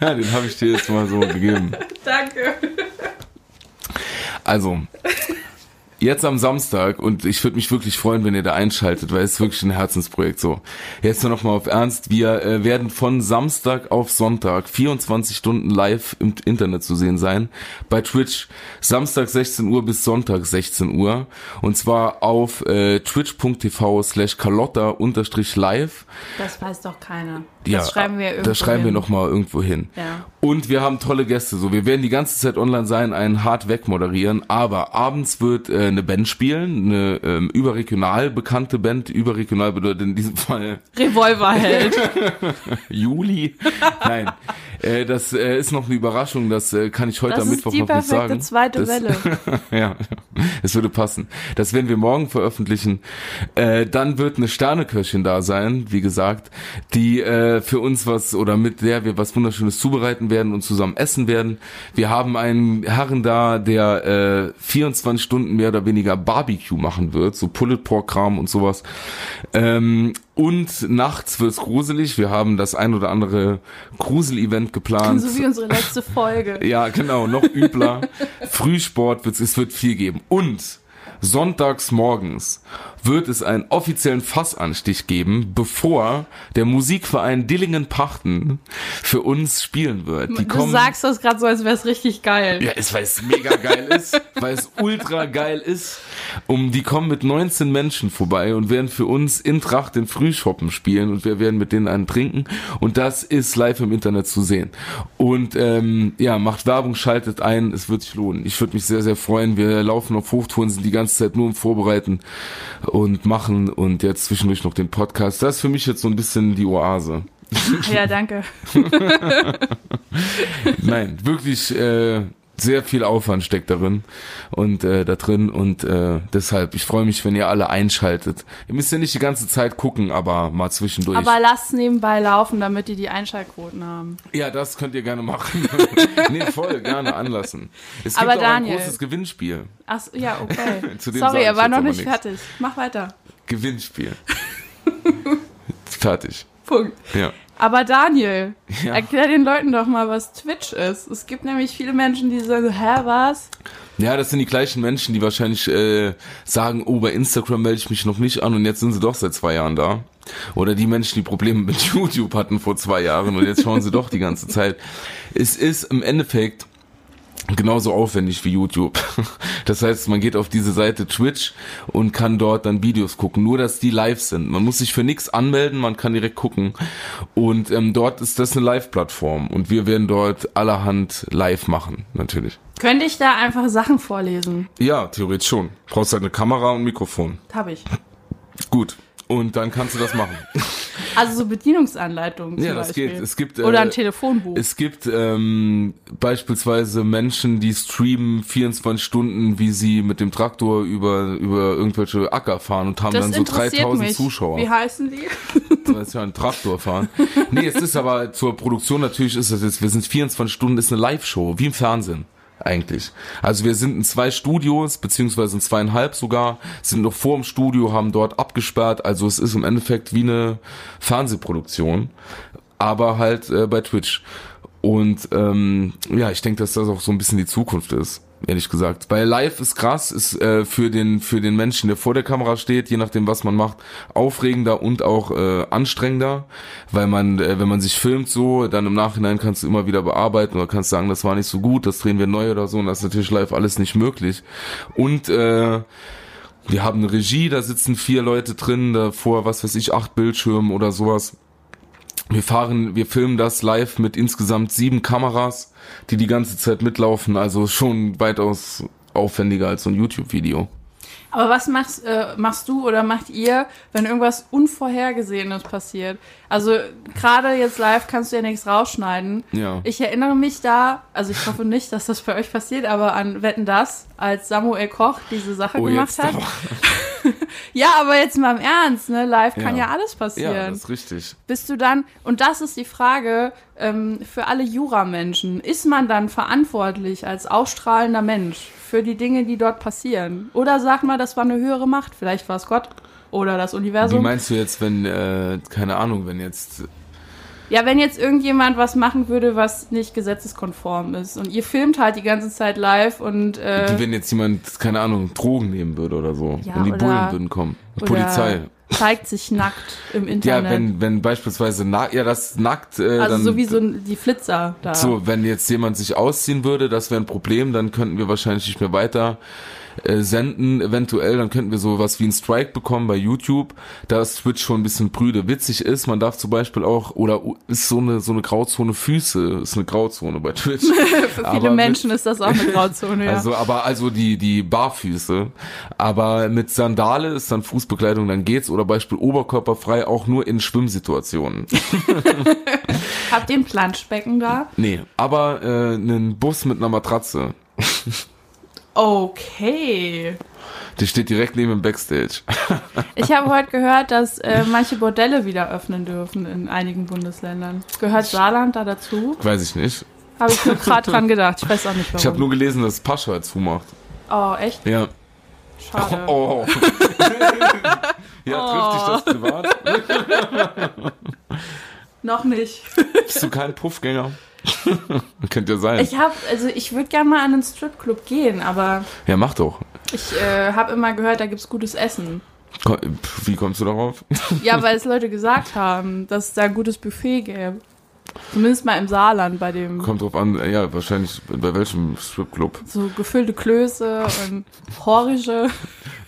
ja, den habe ich dir jetzt mal so gegeben.
Danke.
Also, jetzt am Samstag, und ich würde mich wirklich freuen, wenn ihr da einschaltet, weil es ist wirklich ein Herzensprojekt so. Jetzt nur noch mal auf Ernst. Wir äh, werden von Samstag auf Sonntag 24 Stunden live im Internet zu sehen sein. Bei Twitch. Samstag 16 Uhr bis Sonntag 16 Uhr. Und zwar auf äh, twitch.tv slash carlotta unterstrich live.
Das weiß doch keiner. das schreiben wir irgendwo
äh, Das schreiben wir
hin.
nochmal irgendwo hin.
Ja.
Und wir haben tolle Gäste. So, wir werden die ganze Zeit online sein, einen hart weg moderieren. Aber abends wird äh, eine Band spielen, eine ähm, überregional bekannte Band. [laughs] Überregional bedeutet in diesem Fall
Revolverheld.
Juli. Nein, Äh, das äh, ist noch eine Überraschung, das äh, kann ich heute
Das
am
ist
Mittwoch
die
noch nicht
perfekte
sagen.
zweite
das,
Welle.
[laughs] ja, es würde passen. Das werden wir morgen veröffentlichen. Äh, dann wird eine Sterneköchin da sein, wie gesagt, die äh, für uns was oder mit der wir was Wunderschönes zubereiten werden und zusammen essen werden. Wir haben einen Herren da, der äh, 24 Stunden mehr oder weniger Barbecue machen wird, so Pulled Pork Kram und sowas. Ähm, und nachts wird's gruselig. Wir haben das ein oder andere Grusel-Event geplant.
So wie unsere letzte Folge.
Ja, genau, noch übler. Frühsport wird's, es wird viel geben. Und sonntags morgens wird es einen offiziellen Fassanstich geben, bevor der Musikverein Dillingen-Pachten für uns spielen wird. Die
Du
kommen.
sagst das gerade so, als wäre es richtig geil.
ja, ist, weil es mega geil ist, weil es ultra geil ist. Um, die kommen mit 19 Menschen vorbei und werden für uns in Tracht den Frühschoppen spielen und wir werden mit denen einen trinken. Und das ist live im Internet zu sehen. Und ähm, ja, macht Werbung, schaltet ein, es wird sich lohnen. Ich würde mich sehr, sehr freuen. Wir laufen auf Hochtouren, sind die ganze Zeit nur im Vorbereiten und machen und jetzt zwischendurch noch den Podcast. Das ist für mich jetzt so ein bisschen die Oase.
Ah ja danke.
Nein, wirklich äh, sehr viel Aufwand steckt darin und äh, da drin und äh, deshalb, ich freue mich, wenn ihr alle einschaltet. Ihr müsst ja nicht die ganze Zeit gucken, aber mal zwischendurch.
Aber lasst nebenbei laufen, damit die die Einschaltquoten haben.
ja, das könnt ihr gerne
[laughs]
machen. nee, voll, gerne anlassen. Es
Aber
gibt auch ein
Daniel-
großes Gewinnspiel.
Ach, so, ja,
[laughs]
okay.
Zu dem
Sorry,
sag
er
ich
war
jetzt
noch
aber
nicht
nix.
fertig. Mach weiter.
Gewinnspiel. [laughs] Fertig.
Punkt.
Ja.
Aber Daniel,
Ja.
erklär den Leuten doch mal, was Twitch ist. Es gibt nämlich viele Menschen, die sagen, hä, was?
Ja, das sind die gleichen Menschen, die wahrscheinlich äh, sagen, oh, bei Instagram melde ich mich noch nicht an und jetzt sind sie doch seit zwei Jahren da. Oder die Menschen, die Probleme mit [laughs] YouTube hatten vor zwei Jahren und jetzt schauen sie doch die ganze Zeit. Es ist im Endeffekt genauso aufwendig wie YouTube. [laughs] Das heißt, man geht auf diese Seite Twitch und kann dort dann Videos gucken, nur dass die live sind. Man muss sich für nichts anmelden, man kann direkt gucken. Und ähm, dort ist das eine Live-Plattform und wir werden dort allerhand live machen, natürlich.
Könnte ich da einfach Sachen vorlesen?
Ja, theoretisch schon. Brauchst halt eine Kamera und ein Mikrofon.
Hab ich.
Gut. Und dann kannst du das
[laughs]
machen.
Also so Bedienungsanleitungen zum
Ja, das
Beispiel.
geht. Es gibt, äh,
Oder ein Telefonbuch.
Es gibt ähm, beispielsweise Menschen, die streamen 24 Stunden, wie sie mit dem Traktor über, über irgendwelche Acker fahren und haben
das
dann so
interessiert
3000
mich.
Zuschauer.
Wie heißen die? [laughs]
Das ist ja ein Traktor fahren. Nee, es ist aber zur Produktion natürlich ist das jetzt, wir sind 24 Stunden, ist eine Live-Show, wie im Fernsehen. Eigentlich. Also wir sind in zwei Studios, beziehungsweise in zweieinhalb sogar, sind noch vor dem Studio, haben dort abgesperrt. Also es ist im Endeffekt wie eine Fernsehproduktion, aber halt äh, bei Twitch. Und ähm, ja, ich denke, dass das auch so ein bisschen die Zukunft ist, ehrlich gesagt. Weil live ist krass, ist äh, für den für den Menschen, der vor der Kamera steht, je nachdem, was man macht, aufregender und auch äh, anstrengender, weil man, äh, wenn man sich filmt so, dann im Nachhinein kannst du immer wieder bearbeiten oder kannst sagen, das war nicht so gut, das drehen wir neu oder so. Und das ist natürlich live alles nicht möglich. Und äh, wir haben eine Regie, da sitzen vier Leute drin, davor, was weiß ich, acht Bildschirmen oder sowas. Wir fahren, wir filmen das live mit insgesamt sieben Kameras, die die ganze Zeit mitlaufen, also schon weitaus aufwendiger als so ein YouTube-Video.
Aber was machst, äh, machst du oder macht ihr, wenn irgendwas Unvorhergesehenes passiert? Also gerade jetzt live kannst du ja nichts rausschneiden.
Ja.
Ich erinnere mich da, also ich hoffe nicht, dass das bei euch passiert, aber an Wetten das, als Samuel Koch diese Sache gemacht hat.
Oh, aber-
Ja, aber jetzt mal im Ernst, ne? Live kann
Ja.
ja alles passieren.
Ja, das ist richtig.
Bist du dann, und das ist die Frage ähm, für alle Juramenschen, ist man dann verantwortlich als ausstrahlender Mensch für die Dinge, die dort passieren? Oder sag mal, das war eine höhere Macht, vielleicht war es Gott oder das
Wie
Universum.
meinst du jetzt, wenn, äh, keine Ahnung, wenn jetzt,
Ja, wenn jetzt irgendjemand was machen würde, was nicht gesetzeskonform ist und ihr filmt halt die ganze Zeit live und äh,
wenn jetzt jemand, keine Ahnung, Drogen nehmen würde oder so,
Ja,
und die
oder-
Bullen würden kommen,
oder
Polizei.
zeigt sich nackt im
Ja,
Internet.
wenn, wenn beispielsweise, na, ja, das nackt, äh,
also
dann,
so wie so ein- die Flitzer da.
So, wenn jetzt jemand sich ausziehen würde, das wäre ein Problem, dann könnten wir wahrscheinlich nicht mehr weiter äh, senden, eventuell, dann könnten wir sowas wie einen Strike bekommen bei YouTube. Da ist Twitch schon ein bisschen brüde. Witzig ist, man darf zum Beispiel auch, oder ist so eine, so eine Grauzone Füße, ist eine Grauzone bei Twitch.
[laughs]
[laughs]
Für viele Menschen ist das auch eine Grauzone, ja.
Also, aber also die, die Barfüße. Aber mit Sandale ist dann Fußbekleidung, dann geht's. Oder Beispiel oberkörperfrei auch nur in
[laughs]
Schwimmsituationen.
Habt ihr ein Planschbecken da?
Nee, aber äh, einen Bus mit einer Matratze.
Okay.
Die steht direkt neben dem Backstage.
Ich habe heute gehört, dass äh, manche Bordelle wieder öffnen dürfen in einigen Bundesländern. Gehört Saarland da dazu?
Weiß ich nicht.
Habe ich nur gerade dran gedacht. Ich weiß auch nicht warum.
Ich habe nur gelesen, dass Pascha zumacht.
oh, echt?
Ja.
Schade.
[laughs] Oh. ja,
Oh.
trifft dich das privat?
Noch nicht.
Bist du kein Puffgänger? [laughs] Könnte ja sein.
Ich habe, also ich würde gerne mal an einen Stripclub gehen, aber
ja, mach doch.
ich äh, habe immer gehört, da gibt's gutes Essen.
Ko- pf, Wie kommst du darauf?
Ja, weil es Leute gesagt haben, dass es da ein gutes Buffet gäbe. Zumindest mal im Saarland bei dem
Kommt drauf an, ja, wahrscheinlich bei welchem Stripclub.
so gefüllte Klöße und Horische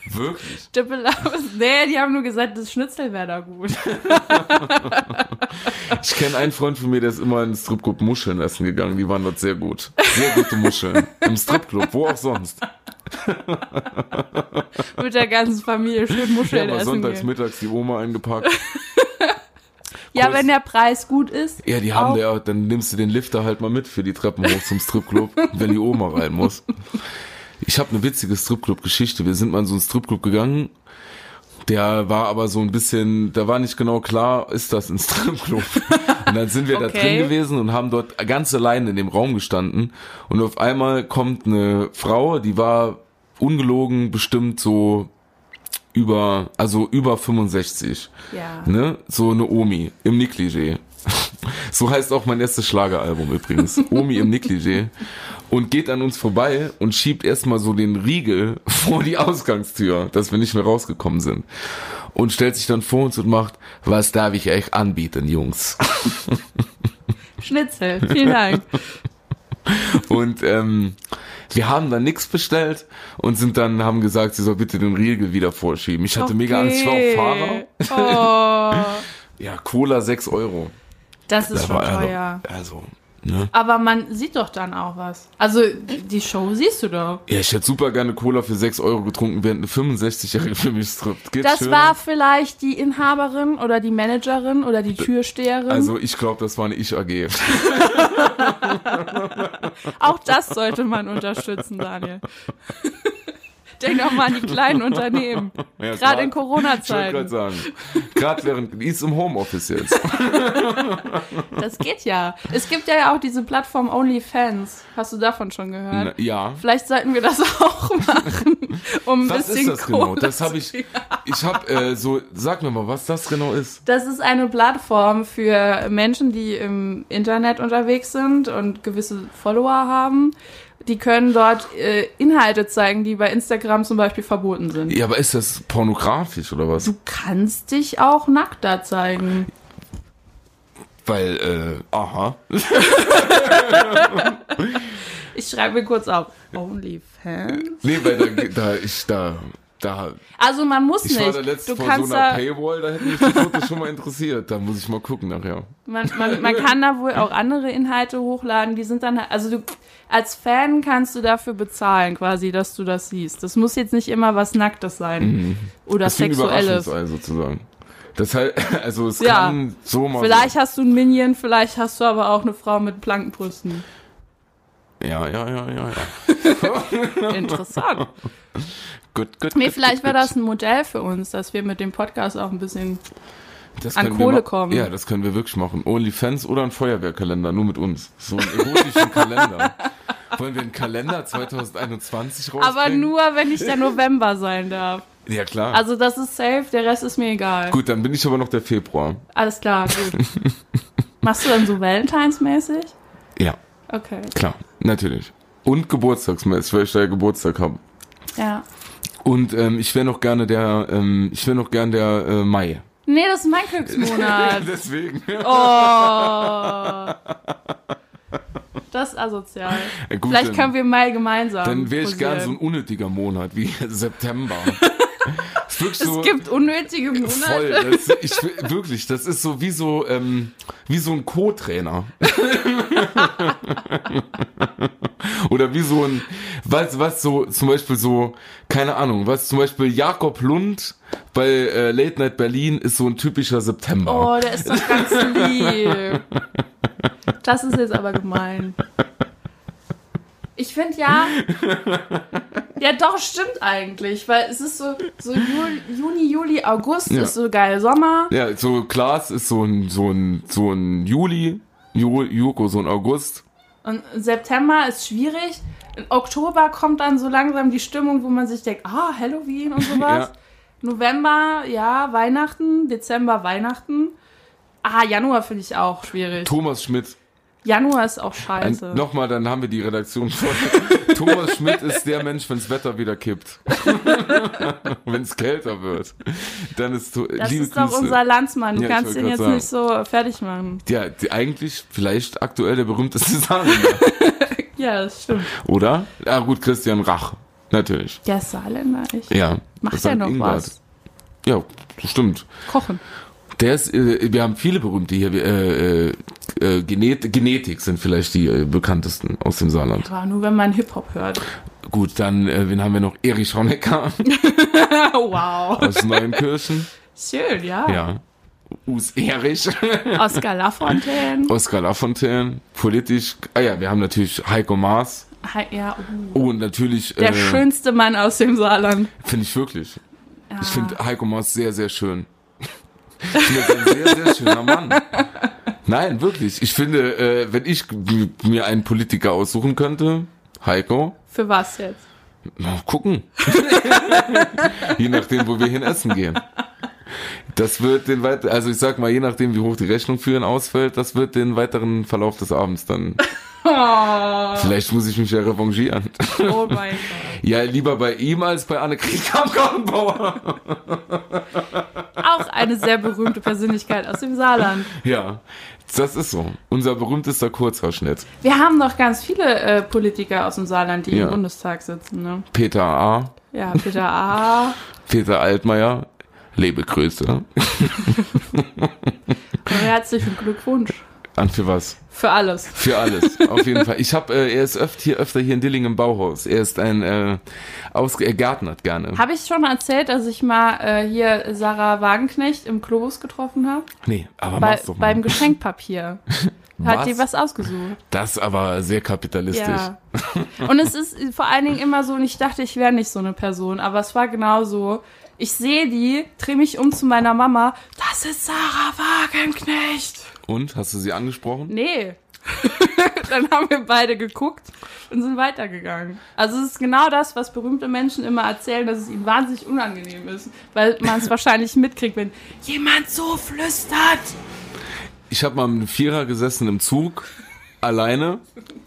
Wirklich?
Stippelabes. [laughs] Nee, die haben nur gesagt, das Schnitzel wäre da gut.
Ich kenne einen Freund von mir, der ist immer in den Stripclub Muscheln essen gegangen. Die waren dort sehr gut. Sehr gute Muscheln. Im Stripclub, wo auch sonst.
Mit der ganzen Familie schön
Ja,
Muscheln
mal
essen
sonntags,
gehen.
mittags die Oma eingepackt.
Ja,
kurz.
wenn der Preis gut ist.
Ja, die haben
auch.
der, dann nimmst du den Lifter halt mal mit für die Treppen hoch zum
[laughs]
Stripclub, wenn die Oma rein muss. Ich habe eine witzige Stripclub-Geschichte. Wir sind mal in so einen Stripclub gegangen. Der war aber so ein bisschen, da war nicht genau klar, ist das ein
[laughs]
Stripclub? Und dann sind wir da
Okay.
drin gewesen und haben dort ganz allein in dem Raum gestanden. Und auf einmal kommt eine Frau, die war ungelogen bestimmt so über, also über 65
Ja.
ne, so eine Omi im Negligé. [laughs] So heißt auch mein erstes Schlageralbum übrigens. Omi im Negligé. Und geht an uns vorbei und schiebt erstmal so den Riegel [laughs] vor die Ausgangstür, dass wir nicht mehr rausgekommen sind. Und stellt sich dann vor uns und macht, was darf ich euch anbieten, Jungs? [laughs]
Schnitzel, vielen Dank.
Und ähm, wir haben dann nichts bestellt und sind dann, haben gesagt, sie soll bitte den Riegel wieder vorschieben. Ich hatte mega Angst, ich war auch Fahrer.
Fahrer. Oh,
Ja, Cola 6 Euro. [laughs]
das ist schon
Aber also,
teuer.
also, ne?
Aber man sieht doch dann auch was. Also die Show siehst du doch.
Ja, ich hätte super gerne Cola für 6 Euro getrunken, während eine 65-Jährige für mich strippt. Geht's
Das
schöner?
war vielleicht die Inhaberin oder die Managerin oder die Türsteherin.
Also ich glaube, das war eine
[laughs]
Ich-AG.
auch das sollte man
[laughs]
unterstützen, Daniel. Denk doch mal an die kleinen Unternehmen.
Ja, grad-
Gerade in
Ich wollte gerade
Corona-Zeiten.
sagen. Gerade während, die ist im Homeoffice jetzt.
Das geht ja. Es gibt ja auch diese Plattform OnlyFans. Hast du davon schon gehört?
Na, ja.
Vielleicht sollten wir das [laughs] auch machen, um ein
Was ist
bisschen
das genau?
Kohle
Das
zu
habe ich, ich habe äh, so, sag mir mal, was das genau ist.
Das ist eine Plattform für Menschen, die im Internet unterwegs sind und gewisse Follower haben. Die können dort äh, Inhalte zeigen, die bei Instagram zum Beispiel verboten sind.
Ja, aber ist das pornografisch oder was?
Du kannst dich auch nackt da zeigen.
Weil, äh, aha.
Ich schreibe mir kurz auf. OnlyFans?
Nee, weil da, da, ich, da, da,
Also man muss
ich war da
nicht. Du
letztens vor so
kannst
einer
da,
Paywall, da hätte mich die Fotos schon mal interessiert. Da muss ich mal gucken nachher.
man, man, man kann da wohl auch andere Inhalte hochladen. Die sind dann, also du, als Fan kannst du dafür bezahlen quasi, dass du das siehst. Das muss jetzt nicht immer was Nacktes sein. Oder
Das ist wie ein
Sexuelles.
Überraschungsei sozusagen. Das heißt, [laughs] also es
Ja.
kann so mal.
Vielleicht hast du einen Minion, vielleicht hast du aber auch eine Frau mit blanken Brüsten.
Ja, ja, ja, ja, ja.
Interessant.
Gut, gut.
[laughs] Nee,
gut,
vielleicht
gut,
wäre
gut.
das ein Modell für uns, dass wir mit dem Podcast auch ein bisschen.
Das
an
können wir
Kohle
ma-
kommen.
Ja, das können wir wirklich machen. OnlyFans oder ein Feuerwehrkalender, nur mit uns. So einen erotischen
[laughs]
Kalender. Wollen wir einen Kalender 2021 rausbringen?
Aber nur, wenn ich der November sein darf.
Ja, klar.
Also das ist safe, der Rest ist mir egal.
gut, dann bin ich aber noch der Februar.
Alles klar, gut. Machst du dann so Valentines-mäßig?
Ja,
Okay,
klar. Natürlich. Und geburtstagsmäßig, weil ich da ja Geburtstag habe.
ja.
Und ähm, ich wäre noch gerne der, ähm, ich wäre noch gerne der äh, Mai.
Nee, das ist mein Ah.
[laughs]
Glücksmonat.
Deswegen.
Oh. Das ist asozial.
Äh, gut,
Vielleicht
dann-
können wir mal gemeinsam.
Dann wäre ich gern so ein
posieren.
unnötiger Monat wie [laughs]
[laughs]
September. Ist wirklich so-
Es gibt unnötige Monate.
Voll, das, ich, wirklich, das ist so wie so, ähm, wie so ein Co-Trainer. [laughs] Oder wie so ein, was, was so, zum Beispiel so, keine Ahnung, was zum Beispiel Jakob Lund bei äh, Late Night Berlin ist so ein typischer September.
Oh, der ist doch ganz lieb. Das ist jetzt aber gemein. Ich finde ja. Ja, doch, stimmt eigentlich. Weil es ist so, so Jul, Juni, Juli, August
Ja.
ist so geil Sommer.
Ja, so Klaas ist so ein, so ein, so ein Juli, Ju, Joko so ein August.
Und September ist schwierig. In Oktober kommt dann so langsam die Stimmung, wo man sich denkt, ah, Halloween und sowas.
Ja.
November, ja, Weihnachten. Dezember, Weihnachten. Ah, Januar finde ich auch schwierig.
Thomas Schmidt.
Januar ist auch
Ein-
scheiße.
Nochmal, dann haben wir die
[laughs]
Redaktion voll. Thomas Schmidt ist der Mensch, wenns Wetter wieder kippt. [laughs] wenns kälter wird. Dann ist to
Das
liebe
ist
Grüße.
doch unser Landsmann. Du
Ja, ich
kannst
wollte
ihn
grad
jetzt
sagen.
nicht so fertig machen.
ja, die, eigentlich vielleicht aktuell der berühmteste Saarländer.
Ja, das stimmt.
Oder? Ah gut, Christian Rach. Natürlich.
Der ist Saarländer, ich.
Ja.
Macht
Das war
er
ein
noch
Ingwart.
was?
Ja, stimmt.
Kochen.
Der ist, äh, wir haben viele berühmte hier. Äh, äh, äh, Genet Genetik sind vielleicht die äh, bekanntesten aus dem Saarland.
Aber nur wenn man Hip-Hop hört. [laughs]
Gut, dann, äh, wen haben wir noch? Erich Honecker
Oh, wow.
aus Neunkirchen.
Schön, ja.
Ja. Us
[laughs]
Erich,
Oscar Lafontaine.
Oskar Lafontaine, politisch. Ah ja, wir haben natürlich Heiko Maas.
Hi- Ja, uh.
Oh, und natürlich.
Der
äh,
schönste Mann aus dem Saarland.
Finde ich wirklich.
Ja.
Ich finde Heiko Maas sehr, sehr schön. Ich finde das ein sehr, sehr schöner Mann. Nein, wirklich. Ich finde, äh, wenn ich m- mir einen Politiker aussuchen könnte, Heiko,
Für was jetzt?
mal gucken. je nachdem, wo wir hin essen gehen. Das wird den weiter, also ich sag mal, je nachdem, wie hoch die Rechnung für ihn ausfällt, das wird den weiteren Verlauf des Abends dann
Oh,
Vielleicht muss ich mich ja revanchieren. [laughs]
oh mein Gott.
Ja, lieber bei ihm als bei Annegret Kramp-Karrenbauer.
Auch eine sehr berühmte Persönlichkeit aus dem Saarland.
Ja, das ist so. Unser berühmtester Kurzhaarschnitt.
Wir haben noch ganz viele äh, Politiker aus dem Saarland, die
Ja.
im Bundestag sitzen. Ne?
Peter A.,
Ja, Peter A.
Peter Altmaier, lebe Grüße.
Äh, Herzlichen Glückwunsch.
An für was?
Für alles.
Für alles, auf jeden Fall. Ich habe, äh, er ist öfter hier, öfter hier in Dilling im Bauhaus. Er ist ein, äh, ausge er gärtnert gerne.
Habe ich schon mal erzählt, dass ich mal äh, hier Sarah Wagenknecht im Globus getroffen habe?
Nee, aber
Bei,
mach's doch mal. [laughs]
beim Geschenkpapier. Hat
Was?
die was ausgesucht.
Das ist aber sehr kapitalistisch.
Ja. [laughs] Und es ist vor allen Dingen immer so, und ich dachte, ich wäre nicht so eine Person, aber es war genau so. Ich sehe die, drehe mich um zu meiner Mama. Das ist Sarah Wagenknecht.
Und, hast du sie angesprochen?
Nee. [laughs] Dann haben wir beide geguckt und sind weitergegangen. Also es ist genau das, was berühmte Menschen immer erzählen, dass es ihnen wahnsinnig unangenehm ist, weil man es wahrscheinlich mitkriegt, wenn jemand so flüstert.
Ich habe mal im Vierer gesessen im Zug, alleine.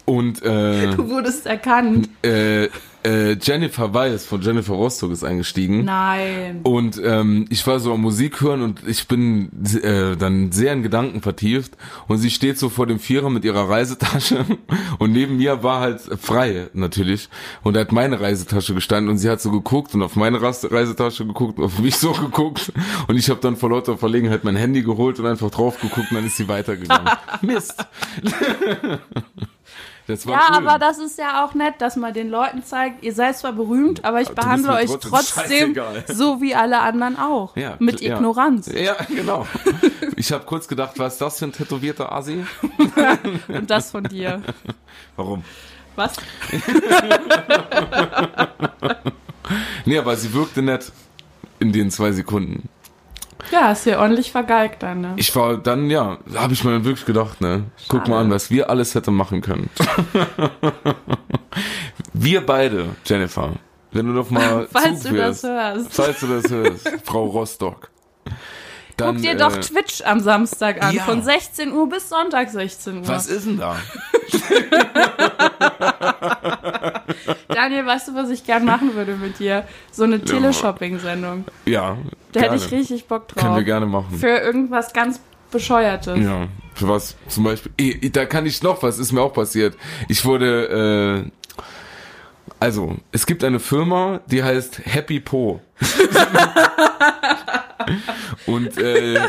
Und, äh,
Du wurdest erkannt.
äh, äh, Jennifer Weiss von Jennifer Rostock ist eingestiegen.
Nein.
Und ähm, ich war so am Musik hören und ich bin äh, dann sehr in Gedanken vertieft. Und sie steht so vor dem Vierer mit ihrer Reisetasche [laughs] und neben mir war halt frei natürlich. Und da hat meine Reisetasche gestanden und sie hat so geguckt und auf meine Ras- Reisetasche geguckt und auf mich so [laughs] geguckt. Und ich habe dann vor lauter Verlegenheit mein Handy geholt und einfach drauf geguckt und dann ist sie
[laughs]
weitergegangen. Mist. [laughs] das war
Ja,
schön.
aber das ist ja auch nett, dass man den Leuten zeigt, ihr seid zwar berühmt, aber ich
Du bist
behandle
mir
euch
trotzdem
trotzdem
scheißegal.
[laughs] so wie alle anderen auch.
Ja,
mit
ja.
Ignoranz.
Ja, genau. Ich habe kurz gedacht, was ist das für ein tätowierter Asi?
Und das
[laughs]
von dir.
Warum?
Was?
Nee, aber sie wirkte nett in den zwei Sekunden.
Ja, ist hier ordentlich vergeigt dann, ne?
Ich war dann, ja, habe ich mir dann wirklich gedacht, ne? Guck
Schade.
mal an, was wir alles hätte machen
[laughs]
können. wir beide, Jennifer, wenn du doch mal
[laughs] Falls
Zug
du das
wirst,
hörst.
falls du das
[laughs]
hörst, Frau Rostock. Dann,
Guck dir doch
äh,
Twitch am Samstag an,
ja.
von 16 Uhr bis Sonntag 16 Uhr.
was ist denn da?
Daniel, weißt du, was ich gern machen würde mit dir? So eine Teleshopping-Sendung.
Ja,
Da
gerne.
hätte ich richtig Bock drauf.
Können wir gerne machen.
Für irgendwas ganz Bescheuertes.
Ja, Was zum Beispiel, eh, da kann ich noch, was ist mir auch passiert. Ich wurde, äh, also, es gibt eine Firma, die heißt Happy Po. [laughs] Und äh,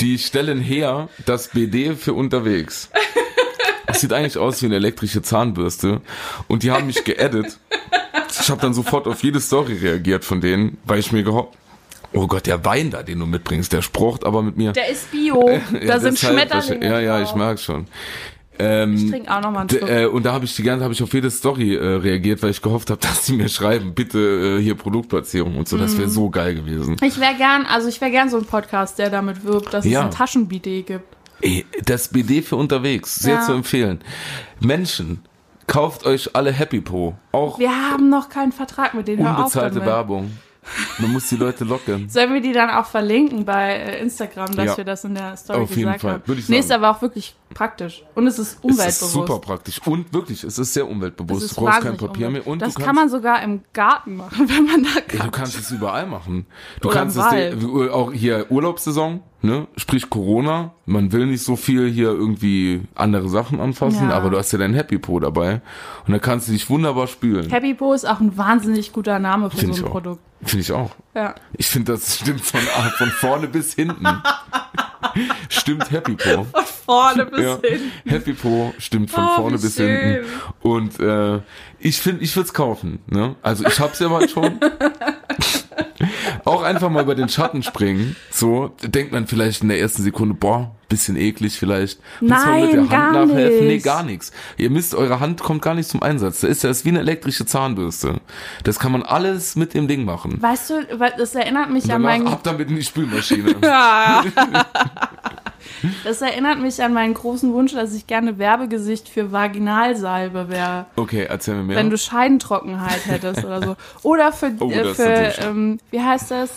die stellen her das BD für unterwegs. Das sieht eigentlich aus wie eine elektrische Zahnbürste. Und die haben mich geaddet. Ich habe dann sofort auf jede Story reagiert von denen, weil ich mir gehofft Oh Gott, der Wein da, den du mitbringst, der sprucht aber mit mir.
Der
[laughs]
ist Bio. da sind
deshalb
Schmetterlinge.
wahrscheinlich- halt Ja, ja, ich
drauf.
merk schon. Ähm,
Ich trinke auch nochmal einen
D-
Schluck.
äh, und da habe ich die ganze, habe ich auf jede Story äh, reagiert, weil ich gehofft habe, [laughs] dass sie mir schreiben, bitte äh, hier Produktplatzierung und so. Das
Mhm.
wäre so geil gewesen.
Ich wäre gern, also ich wäre gern so ein Podcast, der damit wirbt, dass
Ja.
es ein Taschenbidet gibt.
Ey, das BD für unterwegs, sehr
Ja.
zu empfehlen. Menschen, kauft euch alle Happy Po, auch
Wir haben noch keinen Vertrag mit denen. Hör auf
unbezahlte
damit.
Werbung. Man muss die Leute locken.
Sollen wir die dann auch verlinken bei äh, Instagram, dass
Ja.
wir das in der Story
Auf jeden
gesagt
Fall,
haben?
würde ich
Nee, ist
sagen.
aber auch wirklich praktisch. Und es ist
Es
[laughs] umweltbewusst.
ist super praktisch und wirklich, es ist sehr
Es
umweltbewusst.
ist
du brauchst kein
wahnsinnig
Papier
umwelt-
mehr und
das
du kannst,
kann man sogar im Garten machen, [laughs] wenn man da
Ja, du
kann.
kannst es überall machen. Du
Oder
kannst
im
es
Wald.
dir- auch hier Urlaubssaison, ne? Sprich Corona. Man will nicht so viel hier irgendwie andere Sachen anfassen,
Ja.
aber du hast ja deinen Happy Po dabei und da kannst du dich wunderbar spülen.
Happy Bo ist auch ein wahnsinnig guter Name für
Find
so
ich
ein
auch.
Produkt.
Finde ich auch.
Ja.
Ich finde, das stimmt von, von vorne bis hinten.
[laughs]
stimmt Happy Po.
Vorne bis
Ja.
hin.
Happy Po stimmt von
Oh,
vorne
wie
bis
schön.
hinten. Und äh, ich finde, ich würde es kaufen. Ne? Also ich hab's ja mal schon.
[laughs]
Auch einfach mal über den Schatten springen. So denkt man vielleicht in der ersten Sekunde, boah, bisschen eklig vielleicht. Muss man mit der
Nein,
Hand
gar
nachhelfen? Nee,
nicht.
gar nichts. Ihr müsst, eure Hand kommt gar nicht zum Einsatz. Da ist ja, ist wie eine elektrische Zahnbürste. Das kann man alles mit dem Ding machen.
Weißt du, weil das erinnert mich an
Danach
meinen
ab damit in die
[laughs]
Spülmaschine.
Das erinnert mich an meinen großen Wunsch, dass ich gerne Werbegesicht für Vaginalsalbe wäre,
Okay, erzähl mir mehr.
wenn du Scheidentrockenheit hättest oder so. Oder für,
Oh,
äh,
das ist
für
natürlich
ähm, wie heißt das?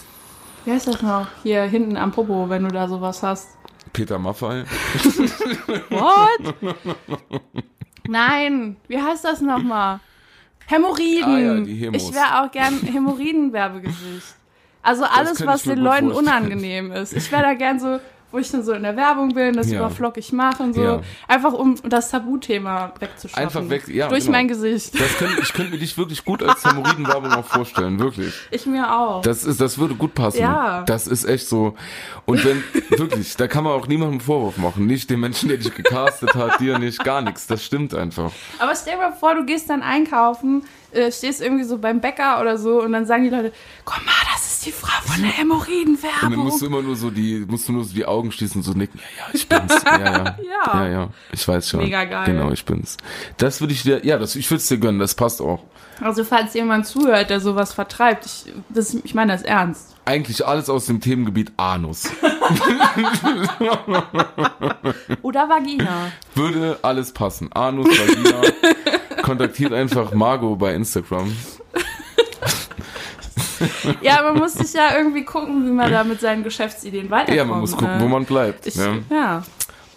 Wie heißt das noch? Hier hinten am Popo, wenn du da sowas hast.
Peter Maffay. [laughs]
What? Nein, wie heißt das nochmal? Hämorrhoiden.
Ah ja, die Hämos.
ich wäre auch gern Hämorrhoiden-Werbegesicht. Also alles,
kann
was
ich mir
den
gut
Leuten
vorstellen.
unangenehm ist. Ich wäre da gern so, wo ich dann so in der Werbung bin, das
Ja.
überflockig mache und so.
Ja.
Einfach um das Tabuthema wegzuschaffen.
Einfach weg- ja,
Durch
genau.
mein Gesicht. [laughs]
Das könnte, ich könnte mir dich wirklich gut als Hämorrhoidenwerbung auch vorstellen, wirklich.
Ich mir auch.
Das ist, das würde gut passen.
Ja.
Das ist echt so. Und wenn, wirklich, da kann man auch niemandem einen Vorwurf machen. Nicht dem Menschen, der dich gecastet hat, dir nicht, gar nichts. Das stimmt einfach.
Aber stell dir mal vor, du gehst dann einkaufen, äh, stehst irgendwie so beim Bäcker oder so und dann sagen die Leute, guck mal, das ist die Frau von der
Und dann
Hämorrhoidenwerbung.
musst du immer nur so die, musst du nur so die Augen schließen und so nicken. Ja, ja, ich bin's. Ja, ja.
[laughs] Ja.
Ja, ja. Ich weiß schon.
Mega geil.
Genau, ich bin's. Das würde ich dir, ja, das, ich würde es dir gönnen, das passt auch.
Also falls jemand zuhört, der sowas vertreibt, ich, das, ich meine das ernst.
Eigentlich alles aus dem Themengebiet Anus.
Oder Vagina.
Würde alles passen. Anus, Vagina.
[laughs]
Kontaktiert einfach Margot bei Instagram.
ja, man muss sich ja irgendwie gucken, wie man da mit seinen Geschäftsideen weiterkommt.
Ja, man muss gucken,
ne?
wo man bleibt.
Ich, ja.
ne?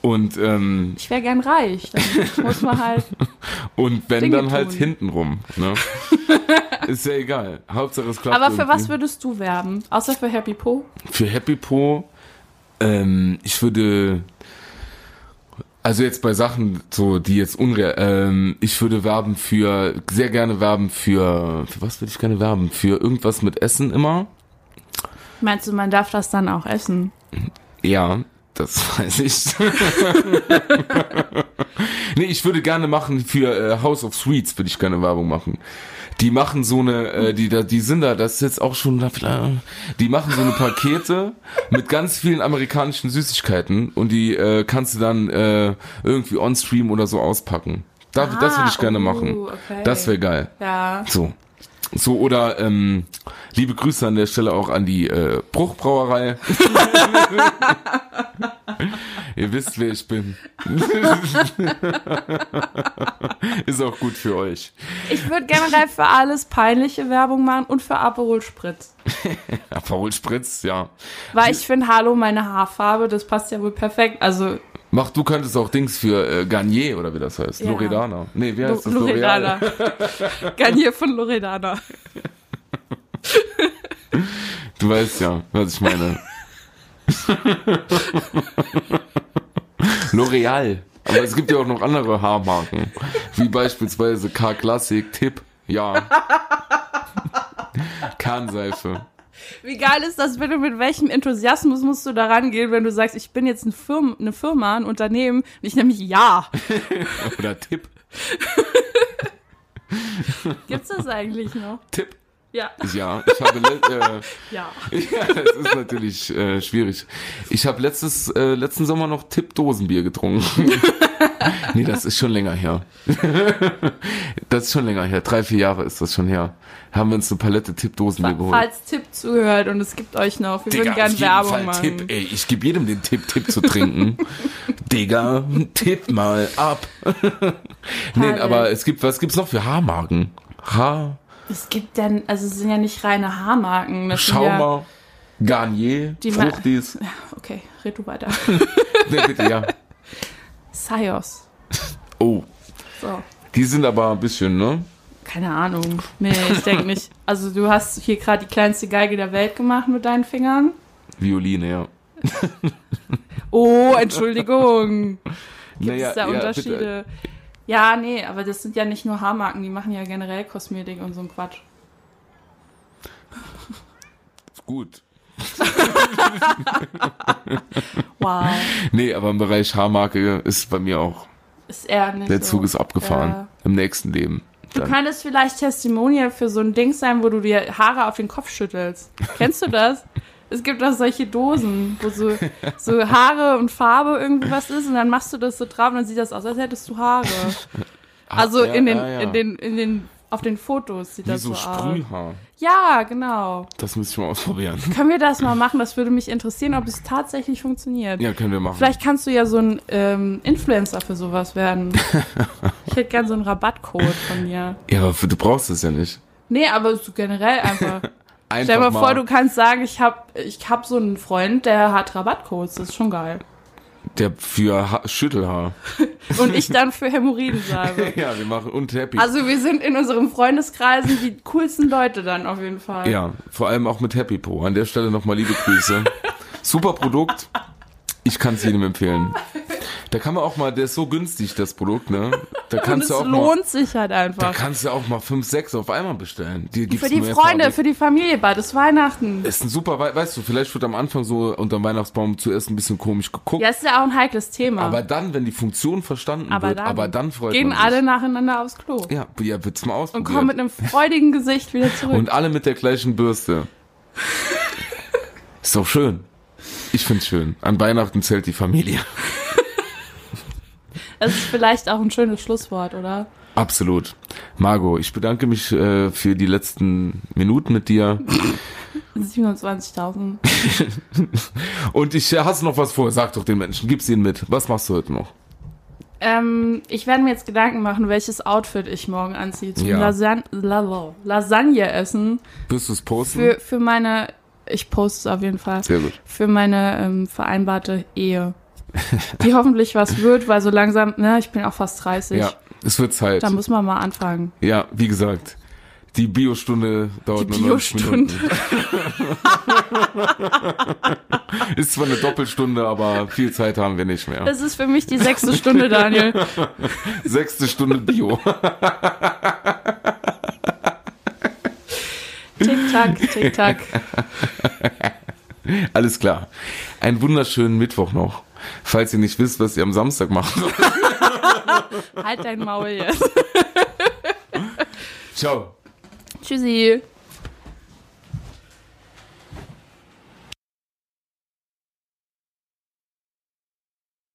Und, ähm,
ich wäre gern reich. Dann muss man halt.
[laughs] und wenn
Dinge
dann halt
tun.
hintenrum.
[laughs]
Ne? Ist ja egal. Hauptsache es klappt.
Aber für was
irgendwie.
würdest du werben? Außer für Happy Po?
Für Happy Po, ähm, ich würde. Also jetzt bei Sachen, so die jetzt unreal. Ähm, ich würde werben für. Sehr gerne werben für. Für was würde ich gerne werben? Für irgendwas mit Essen immer.
Meinst du, man darf das dann auch essen?
Ja, das [laughs] weiß ich. nee, ich würde gerne machen für äh, House of Sweets, würde ich gerne Werbung machen. Die machen so eine, äh, die da, die sind da, das ist jetzt auch schon, die machen so eine
[laughs]
Pakete mit ganz vielen amerikanischen Süßigkeiten und die äh, kannst du dann äh, irgendwie on Stream oder so auspacken. Da, das würde ich
Ah,
gerne
oh,
machen.
okay.
Das wäre geil.
Ja.
So. So, oder ähm, liebe Grüße an der Stelle auch an die äh, Bruchbrauerei. [laughs] Ihr wisst, wer ich bin. [laughs] Ist auch gut für euch.
Ich würde generell für alles peinliche Werbung machen und für Aperol Spritz.
Ja, Paul Spritz, ja.
Weil ich finde, hallo, meine Haarfarbe, das passt ja wohl perfekt. Also
Mach, du könntest auch Dings für äh, Garnier oder wie das heißt.
Ja.
Loredana. Nee, wie
Lo-
heißt das?
Loredana.
[laughs]
Garnier von Loredana.
Du weißt ja, was ich meine. L'Oreal. Aber es gibt ja auch noch andere Haarmarken. Wie beispielsweise K-Classic, Tipp, ja. Kernseife.
Wie geil ist das bitte? Mit welchem Enthusiasmus musst du da rangehen, wenn du sagst, ich bin jetzt ein Firm eine Firma, ein Unternehmen und ich nehme mich ja.
Oder Tipp,
Gibt's das eigentlich noch?
Tipp.
Ja.
Ja, ich habe le-
Ja.
äh, [laughs] ja, das ist natürlich äh, schwierig. Ich habe letztes äh, letzten Sommer noch Tipp Dosenbier
[laughs]
getrunken. nee, das ist schon länger her. [laughs] das ist schon länger her. Drei, vier Jahre ist das schon her. Haben wir uns eine Palette Tipp Dosenbier geholt.
Falls Tipp zuhört und es gibt euch noch, wir würden
Digga,
gerne
auf jeden
Werbung
Fall
machen.
Tipp, ey, ich gebe jedem den Tipp, Tipp zu
[laughs]
trinken. Digga, tipp mal ab. [laughs] Nein,
Herrlich.
aber es gibt, was gibt's noch für Haarmarken? Haar,
Es gibt denn, also es sind ja nicht reine Haarmarken. Das sind
Schaumer, Garnier,
Die Ma-
Fruchtis.
Ja, okay, red du weiter. [laughs]
Nee, bitte, ja.
Sios.
Oh,
So.
die sind aber ein bisschen, ne?
Keine Ahnung. Nee, ich denke nicht. Also du hast hier gerade die kleinste Geige der Welt gemacht mit deinen Fingern.
Violine, ja.
Oh, Entschuldigung. Gibt
Naja,
es da
ja,
Unterschiede? Ja, nee, aber das sind ja nicht nur Haarmarken, die machen ja generell Kosmetik und so ein Quatsch.
Bitte. Gut.
Wow.
[laughs] Nee, aber im Bereich Haarmarke ist bei mir auch,
Ist eher nicht
der
so.
Zug ist abgefahren.
Ja.
Im nächsten Leben.
Du könntest vielleicht Testimonial für so ein Ding sein, wo du dir Haare auf den Kopf schüttelst. Kennst
[laughs]
du das? Es gibt auch solche Dosen, wo so, so Haare und Farbe irgendwie was ist und dann machst du das so drauf und dann sieht das aus, als hättest du Haare.
[laughs] Ah,
Also
ja,
in, den,
ja, ja.
in den, in den, auf den Fotos sieht
Wie
das
so
so aus.
Sprühhaar.
Ja, genau.
Das müsste ich mal ausprobieren. [laughs]
Können wir das mal machen? Das würde mich interessieren, ob es tatsächlich funktioniert.
Ja, können wir machen.
Vielleicht kannst du ja so ein ähm, Influencer für sowas werden. ich hätte gern so einen Rabattcode von mir.
Ja, aber du brauchst es ja nicht.
Nee, aber so generell einfach.
[laughs] Einfach
Stell dir mal
mal
vor, du kannst sagen, ich hab, ich hab so einen Freund, der hat Rabattcodes. Das ist schon geil.
der für ha
[laughs]
Schüttelhaar. [laughs]
Und ich dann für Hämorrhoiden sage.
Ja, wir machen und Happy.
Also wir sind in unserem Freundeskreisen die coolsten Leute dann auf jeden Fall.
ja, vor allem auch mit Happy Po. An der Stelle nochmal liebe
[laughs]
Grüße. Super Produkt. Ich kann es jedem empfehlen. Da kann man auch mal, der ist so günstig, das Produkt, ne?
[laughs]
Da
Und
kannst
es
du auch mal,
lohnt sich halt
da
einfach.
kannst du auch mal fünf, sechs auf einmal bestellen. Die gibt's
Für die
nur jetzt
Freunde,
mal-
für die Familie, bald ist Weihnachten.
ist ein super, wei- weißt du, vielleicht wird am Anfang so unterm Weihnachtsbaum zuerst ein bisschen komisch geguckt.
Ja, ist ja auch ein heikles Thema.
Aber dann, wenn die Funktion verstanden
Aber
wird,
dann
aber dann freut
Gehen
man sich.
alle nacheinander aufs Klo.
ja, ja, wird's mal
Und
ausprobieren.
kommen mit einem freudigen Gesicht wieder zurück.
Und alle mit der gleichen
[laughs]
Bürste. Ist doch schön. Ich find's schön. An Weihnachten zählt die Familie.
das ist vielleicht auch ein schönes Schlusswort, oder?
Absolut. Margot, ich bedanke mich äh, für die letzten Minuten mit dir.
27.000.
Und ich äh, hast noch was vor. Sag doch den Menschen. Gib's ihnen mit. Was machst du heute noch?
Ähm, ich werde mir jetzt Gedanken machen, welches Outfit ich morgen anziehe zum
Ja.
Lasagne, La- Lasagne essen
Wirst du's posten?
für, für meine, ich poste es auf jeden Fall,
Sehr gut.
für meine ähm, vereinbarte Ehe. Die [laughs] hoffentlich was wird, weil so langsam, ne, ich bin auch fast 30.
ja, es wird Zeit.
Da muss man mal anfangen.
Ja, wie gesagt. Die Biostunde dauert
Die
nur 90
Biostunde. [laughs]
Minuten. Ist zwar eine Doppelstunde, aber viel Zeit haben wir nicht mehr.
Das ist für mich die sechste Stunde, Daniel.
Sechste Stunde Bio.
Tick-Tack, Tick-Tack.
Alles klar. Einen wunderschönen Mittwoch noch. Falls ihr nicht wisst, was ihr am Samstag macht.
Halt dein Maul jetzt.
Ciao.
Tschüssi.